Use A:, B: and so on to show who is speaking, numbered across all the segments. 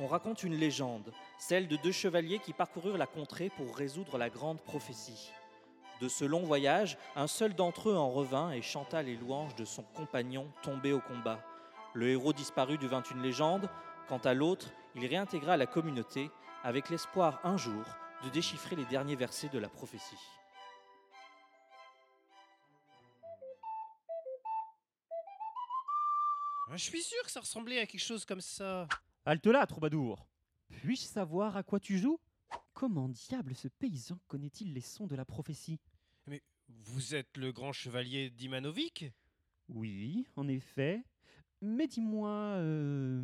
A: on raconte une légende, celle de deux chevaliers qui parcoururent la contrée pour résoudre la grande prophétie. De ce long voyage, un seul d'entre eux en revint et chanta les louanges de son compagnon tombé au combat. Le héros disparu devint une légende, quant à l'autre, il réintégra la communauté avec l'espoir un jour de déchiffrer les derniers versets de la prophétie.
B: Je suis sûr que ça ressemblait à quelque chose comme ça.
C: Halte là, troubadour
D: Puis-je savoir à quoi tu joues Comment diable ce paysan connaît-il les sons de la prophétie
B: Mais vous êtes le grand chevalier d'Imanovic
D: Oui, en effet. Mais dis-moi, euh,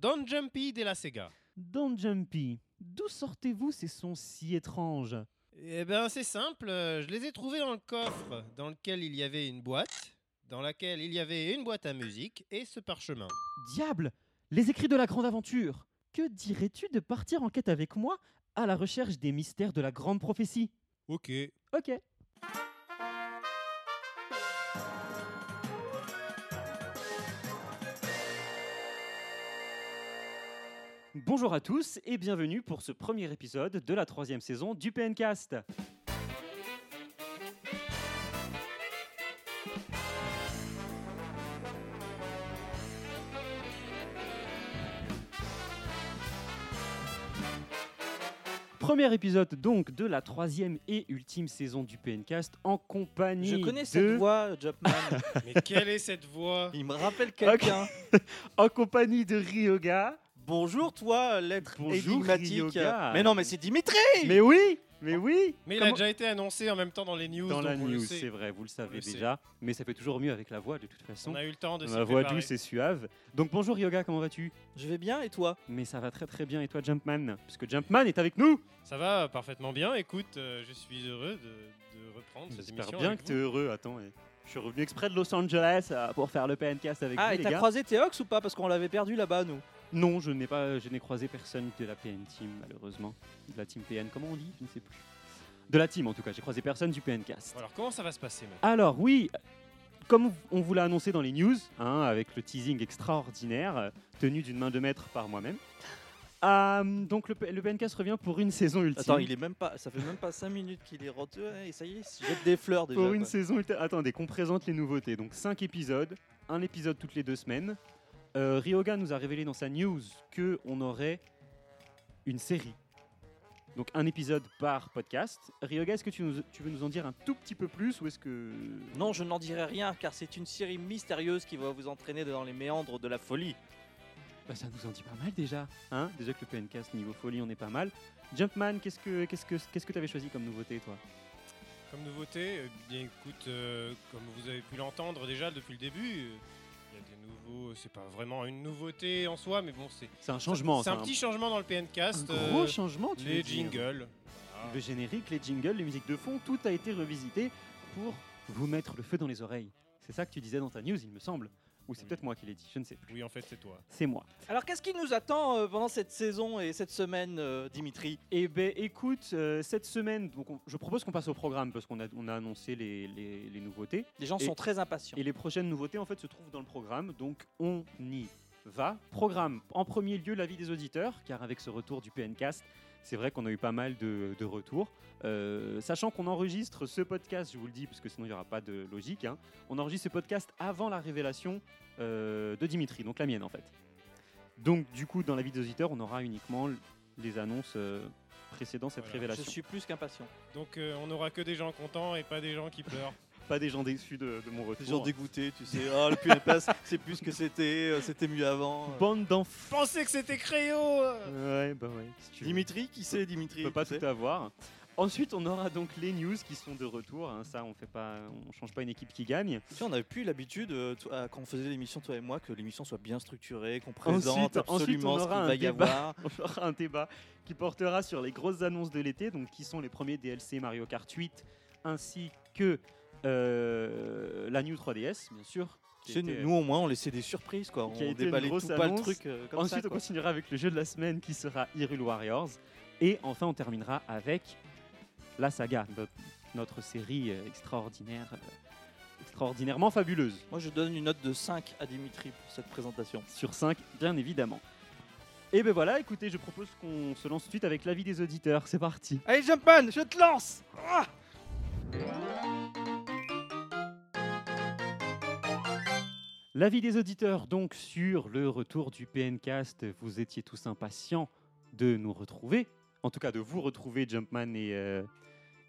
B: Don Jumpy de la Sega.
D: Don Jumpy, d'où sortez-vous ces sons si étranges
B: Eh ben c'est simple, euh, je les ai trouvés dans le coffre dans lequel il y avait une boîte, dans laquelle il y avait une boîte à musique et ce parchemin.
D: Diable Les écrits de la grande aventure Que dirais-tu de partir en quête avec moi à la recherche des mystères de la grande prophétie
B: Ok.
D: Ok. Bonjour à tous et bienvenue pour ce premier épisode de la troisième saison du PNcast. Premier épisode donc de la troisième et ultime saison du PNcast en compagnie
A: Je connais
D: de...
A: cette voix, Jobman.
B: Mais quelle est cette voix
A: Il me rappelle quelqu'un.
D: en compagnie de Ryoga.
A: Bonjour toi, l'être
D: Bonjour,
A: énigmatique.
D: Ryoga.
A: Mais non, mais c'est Dimitri
D: Mais oui, mais oui.
B: Mais il a
D: Comment-
B: déjà été annoncé en même temps dans les news.
D: dans la
B: donc on le
D: news,
B: sait.
D: c'est vrai, vous le savez
B: le sait.
D: déjà, mais ça fait toujours mieux avec la voix de toute façon.
B: On a eu le temps de
D: la
B: se
D: voix
B: préparer.
D: douce et suave. Donc bonjour Yoga, comment vas-tu
A: Je vais bien et toi
D: Mais ça va très très bien et toi Jumpman Puisque Jumpman est avec nous.
B: Ça va parfaitement bien. Écoute, euh, je suis heureux de, de reprendre cette
D: J'espère
B: émission.
D: bien
B: avec
D: que tu es
B: vous.
D: heureux. Attends, et je suis revenu exprès de Los Angeles euh, pour faire le PNcast avec
A: Ah,
D: vous
A: et
D: les
A: t'as
D: gars.
A: croisé Théox ou pas Parce qu'on l'avait perdu là-bas, nous.
D: Non, je n'ai pas, je n'ai croisé personne de la PN team malheureusement, de la team PN. Comment on dit Je ne sais plus. De la team en tout cas, j'ai croisé personne du PNcast.
B: Alors comment ça va se passer maintenant
D: Alors oui, comme on vous l'a annoncé dans les news, hein, avec le teasing extraordinaire, euh, tenu d'une main de maître par moi-même. euh, donc le, P- le PNcast revient pour une saison ultime.
A: Attends, il est même pas. Ça fait même pas 5 minutes qu'il est rentré et ça y est, il jette des fleurs déjà.
D: Pour une
A: quoi.
D: saison ultime. Attendez, qu'on présente les nouveautés. Donc 5 épisodes, un épisode toutes les deux semaines. Euh, Ryoga nous a révélé dans sa news que on aurait une série. Donc un épisode par podcast. Ryoga, est-ce que tu, nous- tu veux nous en dire un tout petit peu plus ou est-ce que
A: Non, je n'en dirai rien car c'est une série mystérieuse qui va vous entraîner dans les méandres de la folie.
D: Bah, ça nous en dit pas mal déjà. Hein déjà que le PNcast niveau folie, on est pas mal. Jumpman, qu'est-ce que qu'est-ce que qu'est-ce que t'avais choisi comme nouveauté toi
B: Comme nouveauté, eh bien écoute, euh, comme vous avez pu l'entendre déjà depuis le début, euh, il y a des nouveaux. C'est pas vraiment une nouveauté en soi, mais bon, c'est
D: C'est un changement,
B: C'est un petit changement dans le PNcast.
D: un
B: euh,
D: gros changement. Tu veux
B: les
D: dire.
B: jingles. Ah, Voilà.
D: le générique, les jingles, les musiques de fond, tout a été revisité pour vous mettre le feu dans les oreilles. C'est ça que tu disais dans ta news, il me semble. Ou c'est
B: Oui.
D: peut-être moi qui l'ai dit, je ne sais plus.
B: Oui, en fait, c'est toi.
D: C'est moi.
A: Alors, qu'est-ce qui nous attend euh, pendant cette saison et cette semaine, euh, Dimitri
D: Eh ben, écoute, euh, cette semaine, donc on- je propose qu'on passe au programme parce qu'on a, on a annoncé les- les- les nouveautés.
A: Les gens
D: Et-
A: sont très impatients.
D: Et les prochaines nouveautés, en fait, se trouvent dans le programme, donc on y va. Programme, en premier lieu, l'avis des auditeurs, car avec ce retour du PNcast, c'est vrai qu'on a eu pas mal de, de retours. Euh, sachant qu'on enregistre ce podcast, je vous le dis, parce que sinon il n'y aura pas de logique, hein, on enregistre ce podcast avant la révélation euh, de Dimitri, donc la mienne en fait. Donc du coup, dans l'avis des auditeurs, on aura uniquement l- les annonces euh, précédant cette
B: Voilà,
A: Je
D: révélation.
A: suis plus qu'impatient.
B: Donc, euh, on n'aura que des gens contents et pas des gens qui pleurent.
D: Pas des gens déçus de, de mon retour.
A: euh, dégoûtés, tu sais. Oh, le PNPS, c'est plus ce que c'était, euh, c'était mieux avant.
B: Je
D: Bande d'enfants.
B: pensais que c'était Créo euh.
D: Ouais, bah ouais. si tu veux.
A: Dimitri, qui c'est Dimitri
D: On peut pas tout avoir. Ensuite, on aura donc les news qui sont de retour. hein. Ça, on fait pas, on change pas une équipe qui gagne.
A: on n'avait plus l'habitude, euh, to- euh, quand on faisait l'émission, toi et moi, que l'émission soit bien structurée, qu'on présente
D: Ensuite-
A: absolument
D: ensuite, on
A: ce
D: aura
A: qu'il
D: un
A: va y
D: débat.
A: avoir.
D: On aura un débat qui portera sur les grosses annonces de l'été, donc qui sont les premiers DLC Mario Kart 8, ainsi que euh, la New 3DS, bien sûr.
A: Tu
D: qui
A: sais,
D: était-
A: nous, au moins, on laissait des surprises, quoi.
D: qui a
A: On
D: été une
A: déballait
D: grosse
A: tout pas le
D: annonce.
A: truc euh, comme
D: Ensuite,
A: ça.
D: on
A: quoi.
D: continuera avec le jeu de la semaine qui sera Hyrule Warriors. Et enfin, on terminera avec la saga, notre, notre série euh, extraordinaire, euh, extraordinairement fabuleuse.
A: Moi, je donne une note de 5 à Dimitri pour cette présentation.
D: sur 5, bien évidemment. Et ben voilà, écoutez, je propose qu'on se lance tout de suite avec l'avis des auditeurs. C'est parti.
C: Allez, Jumpman, je te lance Ah
D: L'avis des auditeurs, donc, sur le retour du PNcast, vous étiez tous impatients de nous retrouver, en tout cas de vous retrouver, Jumpman et, euh,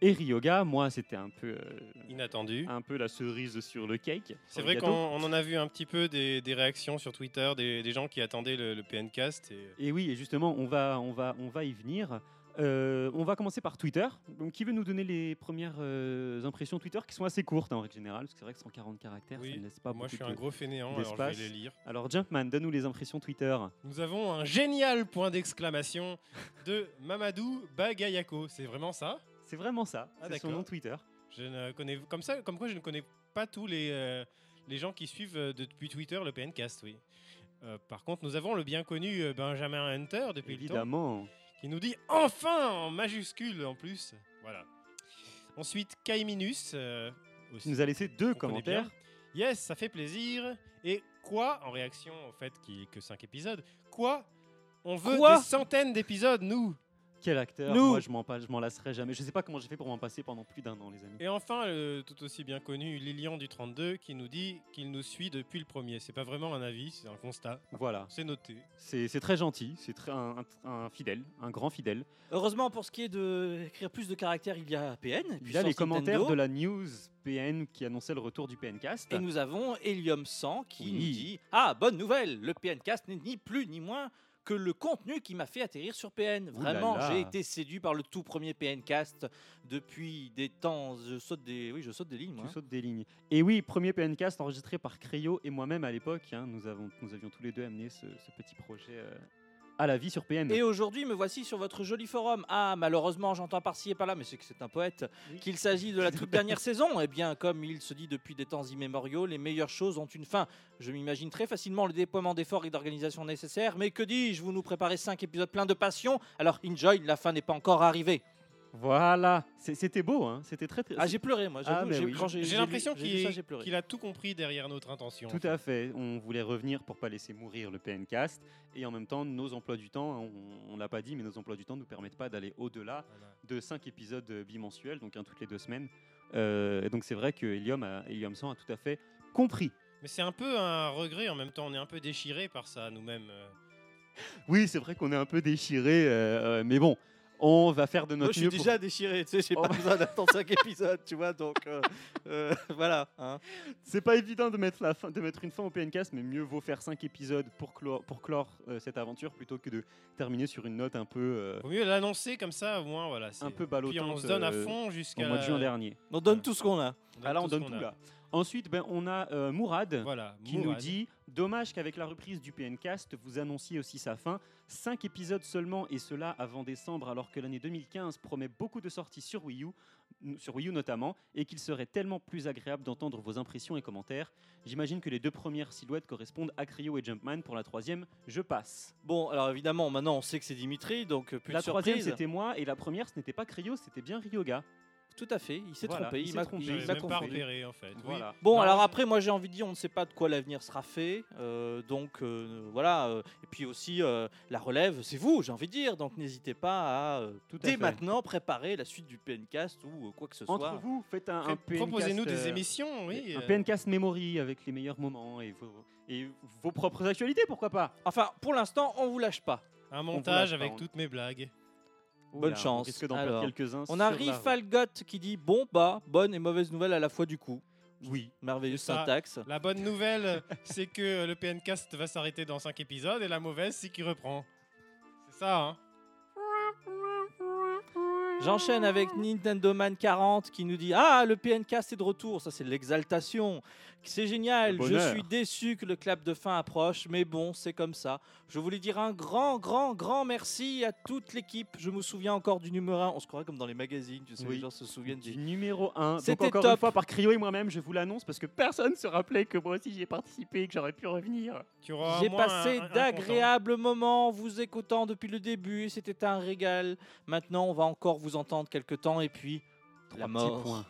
D: et Ryoga. Moi, c'était un peu, euh,
B: Inattendu.
D: un peu la cerise sur le cake.
B: C'est
D: sur le
B: vrai qu'on
D: gâteau.
B: on en a vu un petit peu des, des réactions sur Twitter, des, des gens qui attendaient le, le PNcast. Et...
D: Et oui, et justement, on va, on va, on va y venir. Euh, on va commencer par Twitter. Donc, qui veut nous donner les premières euh, impressions Twitter qui sont assez courtes hein, en règle générale Parce que c'est vrai que 140 caractères,
B: Oui,
D: ça ne laisse pas
B: Moi, je
D: beaucoup
B: suis
D: de-
B: un gros fainéant, alors je vais
D: d'espace.
B: les lire.
D: Alors, Jumpman, donne-nous les impressions Twitter.
B: Nous avons un génial point d'exclamation de Mamadou Bagayako. C'est vraiment ça
D: C'est vraiment ça.
B: Ah,
D: c'est son
B: d'accord.
D: nom Twitter.
B: Je ne connais comme ça, comme quoi je ne connais pas tous les, euh, les gens qui suivent euh, de- depuis Twitter le PNcast, oui. Euh, par contre, nous avons le bien connu euh, Benjamin Hunter depuis le temps,
D: Évidemment.
B: qui nous dit enfin en majuscule en plus. Voilà. Ensuite, Kaiminus. euh, aussi.
D: Tu nous as laissé deux
B: On connaît bien.
D: commentaires.
B: Yes, ça fait plaisir. Et quoi, en réaction au fait qu'il n'y ait que 5 épisodes, quoi On veut
C: Quoi
B: des centaines d'épisodes, nous
D: Quel acteur
C: Nous.
D: Moi, je m'en pas- je m'en lasserai jamais. Je sais pas comment j'ai fait pour m'en passer pendant plus d'un an, les amis.
B: Et enfin, le tout aussi bien connu Lilian du 32 qui nous dit qu'il nous suit depuis le premier. C'est pas vraiment un avis, c'est un constat.
D: Voilà,
B: C'est noté.
D: c'est c'est très gentil, c'est très un, un- un fidèle, un grand fidèle.
A: Heureusement, pour ce qui est de écrire plus de caractères, il y a PN.
D: Il a les commentaires de
A: la
D: la news PN qui annonçait le retour du PNcast.
A: Et nous avons Helium 100 qui
D: Ah. Oui.
A: nous dit Ah, bonne nouvelle Le PNcast n'est ni plus ni moins que le contenu qui m'a fait atterrir sur PN.
D: Ouh là
A: Vraiment,
D: là.
A: j'ai été séduit par le tout premier PNcast depuis des temps. Je saute des, oui, je saute des lignes, moi.
D: Tu sautes des lignes. Et oui, premier PNcast enregistré par Créo et moi-même à l'époque. hein, nous, avons, nous avions tous les deux amené ce, ce petit projet euh, à la vie sur PN.
A: Et aujourd'hui, me voici sur votre joli forum. Ah, malheureusement, j'entends par-ci et par-là, mais c'est que c'est un poète,
D: Oui.
A: qu'il s'agit de la toute dernière saison. Eh bien, comme il se dit depuis des temps immémoriaux, les meilleures choses ont une fin. Je m'imagine très facilement le déploiement d'efforts et d'organisation nécessaires, mais que dis-je, vous nous préparez cinq épisodes pleins de passion, alors enjoy, la fin n'est pas encore arrivée.
D: Voilà, C'est- c'était beau, hein, c'était très très.
A: Ah, j'ai pleuré, moi, j'avoue,
D: Ah, mais
A: j'ai-
D: oui.
A: quand j'ai-
B: J'ai
A: j'ai
B: l'impression
A: lu- j'ai lu
B: qu'il
A: ça,
B: est-
A: j'ai pleuré.
B: qu'il a tout compris derrière notre intention.
D: Tout à fait. On voulait revenir pour pas laisser mourir le PNcast et en même temps nos emplois du temps, hein, on, on l'a pas dit, mais nos emplois du temps nous permettent pas d'aller au-delà
B: Voilà.
D: de 5 épisodes euh, bimensuels, donc un toutes les deux semaines. Euh, et donc c'est vrai que Helium, a- Helium 100 a tout à fait compris.
B: Mais c'est un peu un regret en même temps, on est un peu déchiré par ça nous-mêmes. euh.
D: Oui, c'est vrai qu'on est un peu déchiré, euh, euh, mais bon, on va faire de
C: Moi,
D: notre
C: je suis
D: mieux. pour-
C: déjà déchiré, tu sais, j'ai
D: Oh.
C: pas besoin d'attendre 5 épisodes, tu vois, donc euh, euh, voilà. hein.
D: C'est pas évident de mettre, la fin, de mettre une fin au PNcast, mais mieux vaut faire 5 épisodes pour clore, pour clore euh, cette aventure plutôt que de terminer sur une note un peu euh,
B: Vaut mieux l'annoncer comme ça, au moins, voilà. c'est-
D: Un
B: Puis
D: peu
B: on
D: ballottante,
B: se donne à
D: euh,
B: fond
D: au
B: jusqu'à.
D: mois de
B: la-
D: juin dernier.
A: On donne tout ce qu'on a.
D: Ah là, on
B: ce
D: donne
B: qu'on
D: tout
B: a.
D: là. Ensuite, ben, on a euh, Mourad
B: Voilà.
D: qui nous
B: Mourad.
D: dit Dommage qu'avec la reprise du PNcast, vous annonciez aussi sa fin. Cinq épisodes seulement, et cela avant décembre, alors que l'année 2015 promet beaucoup de sorties sur Wii U, n- sur Wii U notamment, et qu'il serait tellement plus agréable d'entendre vos impressions et commentaires. J'imagine que les deux premières silhouettes correspondent à Cryo et Jumpman. Pour la troisième, je passe.
A: Bon, alors évidemment, maintenant, on sait que c'est Dimitri, donc euh, plus
D: la
A: de
D: troisième,
A: surprise.
D: c'était moi, et la première, ce n'était pas Cryo, c'était bien Ryoga.
A: Tout à fait, il s'est
D: Voilà,
A: trompé,
D: il
A: il
D: s'est
A: m'a
D: trompé.
A: il
B: J'avais
A: m'a
B: même pas
A: compris.
B: repéré, en fait. Oui.
D: Voilà.
A: Bon,
B: Non,
A: alors
B: je-
A: après, moi j'ai envie de dire, on ne sait pas de quoi l'avenir sera fait. euh, donc euh, voilà. euh, et puis aussi, euh, la relève, c'est vous, j'ai envie de dire. Donc n'hésitez pas à, euh,
D: Tout à
A: dès
D: fait.
A: maintenant, préparer la suite du PNcast ou euh, quoi que ce
D: Entre
A: soit.
D: vous, faites un, un
B: Après,
D: PNcast.
B: Proposez-nous des
D: euh,
B: émissions, oui.
D: un
B: euh,
D: PNcast Memory avec les meilleurs moments et vos, et vos propres actualités, pourquoi pas
A: Enfin, pour l'instant, on vous lâche pas.
B: Un
D: vous
B: montage
D: lâche pas,
B: avec
D: on-
B: toutes mes blagues.
A: Bonne
D: Oula,
A: chance.
D: On risque d'en perdre
A: Alors,
D: quelques-uns.
A: On
D: sur
A: a
D: la-
A: Rifalgot qui dit bon, bah, bonne et mauvaise nouvelle à la fois du coup.
D: Oui.
A: Merveilleuse
B: C'est ça.
A: syntaxe.
B: La bonne nouvelle, c'est que le PNcast va s'arrêter dans 5 épisodes et la mauvaise, c'est qu'il reprend. C'est ça, hein
A: J'enchaîne avec Nintendo Man 40 qui nous dit Ah, le PNcast est de retour. Ça, c'est de l'exaltation. C'est
D: Le
A: génial. Je
D: bonheur.
A: suis déçu que le clap de fin approche, mais bon, c'est comme ça. Je voulais dire un grand, grand, grand merci à toute l'équipe. Je me souviens encore du numéro 1. On se croirait comme dans les magazines. Tu sais,
D: Oui.
A: les gens se souviennent
D: Du
A: des.
D: numéro 1. Donc
A: C'était
D: encore
A: top.
D: une fois par Cryo et moi-même, je vous l'annonce parce que personne se rappelait que moi aussi j'y ai participé et que j'aurais pu revenir.
B: Tu auras au
A: J'ai
B: moins
A: passé
B: un- un- un
A: d'agréables moments en vous écoutant depuis le début. C'était un régal. Maintenant, on va encore vous entendre quelques temps et puis.
D: Trois
A: La
D: petits
A: mort.
D: points.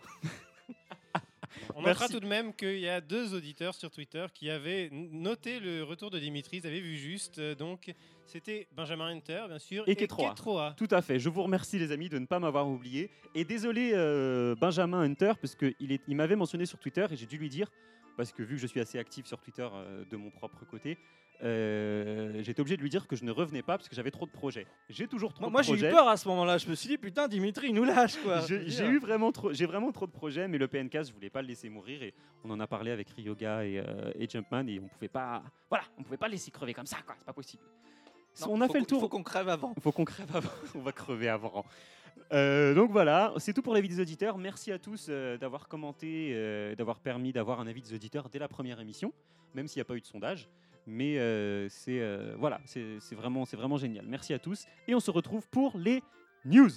B: On
C: Merci.
B: notera tout de même qu'il y a deux auditeurs sur Twitter qui avaient n- noté le retour de Dimitri, ils avaient vu juste. euh, Donc, c'était Benjamin Hunter, bien sûr,
D: Et Ketroa.
B: Ketroa.
D: Tout à fait. Je vous remercie, les amis, de ne pas m'avoir oublié. Et désolé, euh, Benjamin Hunter, parce qu'il il m'avait mentionné sur Twitter et j'ai dû lui dire, parce que vu que je suis assez actif sur Twitter euh, de mon propre côté, euh, j'étais obligé de lui dire que je ne revenais pas parce que j'avais trop de projets. J'ai toujours trop
C: Moi,
D: de
C: moi, j'ai
D: projets.
C: eu peur euh, à ce moment-là. Je me suis dit, putain, Dimitri, il nous lâche, quoi.
D: J'ai j'ai eu vraiment trop, j'ai vraiment trop de projets, mais le PNK, je voulais pas le laisser mourir et on en a parlé avec Ryoga et, euh, et Jumpman et on pouvait pas, voilà, on pouvait pas le laisser crever comme ça, quoi. C'est pas possible.
A: Non,
D: on a
A: faut
D: fait le
A: qu'on-
D: tour.
A: Faut qu'on crève avant.
D: Faut qu'on crève avant. On va crever avant. Euh, donc voilà, c'est tout pour l'avis des auditeurs. Merci à tous euh, d'avoir commenté, euh, d'avoir permis d'avoir un avis des auditeurs dès la première émission, même s'il n'y a pas eu de sondage. Mais euh, c'est euh, voilà, c'est c'est vraiment, c'est vraiment génial. Merci à tous et on se retrouve pour les news.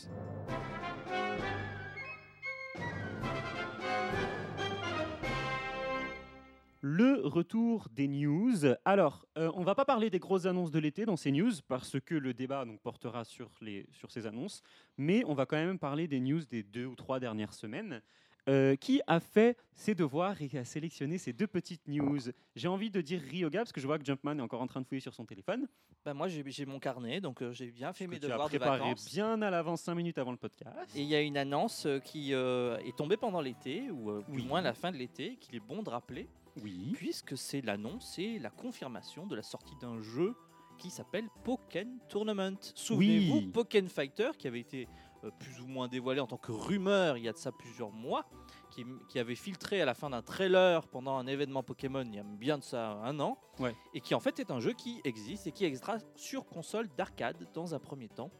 D: Le retour des news. Alors, euh, on va pas parler des grosses annonces de l'été dans ces news parce que le débat donc, portera sur, les, sur ces annonces, mais on va quand même parler des news des deux ou trois dernières semaines. Euh, qui a fait ses devoirs et a sélectionné ces deux petites news J'ai envie de dire Ryoga parce que je vois que Jumpman est encore en train de fouiller sur son téléphone.
A: Bah, moi, j'ai j'ai mon carnet, donc euh, j'ai bien fait mes
D: que tu as
A: devoirs de
D: préparé
A: vacances.
D: bien à l'avance 5 minutes avant le podcast.
A: Et il y a une annonce euh, qui euh, est tombée pendant l'été, ou euh, du
D: Oui.
A: moins la fin de l'été, qu'il est bon de rappeler,
D: Oui.
A: puisque c'est l'annonce et la confirmation de la sortie d'un jeu qui s'appelle Pokken Tournament. Souvenez-vous,
D: Oui.
A: Pokken Fighter, qui avait été euh, plus ou moins dévoilé en tant que rumeur il y a de ça plusieurs mois, qui, qui avait filtré à la fin d'un trailer pendant un événement Pokémon il y a bien de ça un an,
D: Ouais.
A: et qui en fait est un jeu qui existe et qui existera sur console d'arcade dans un premier temps.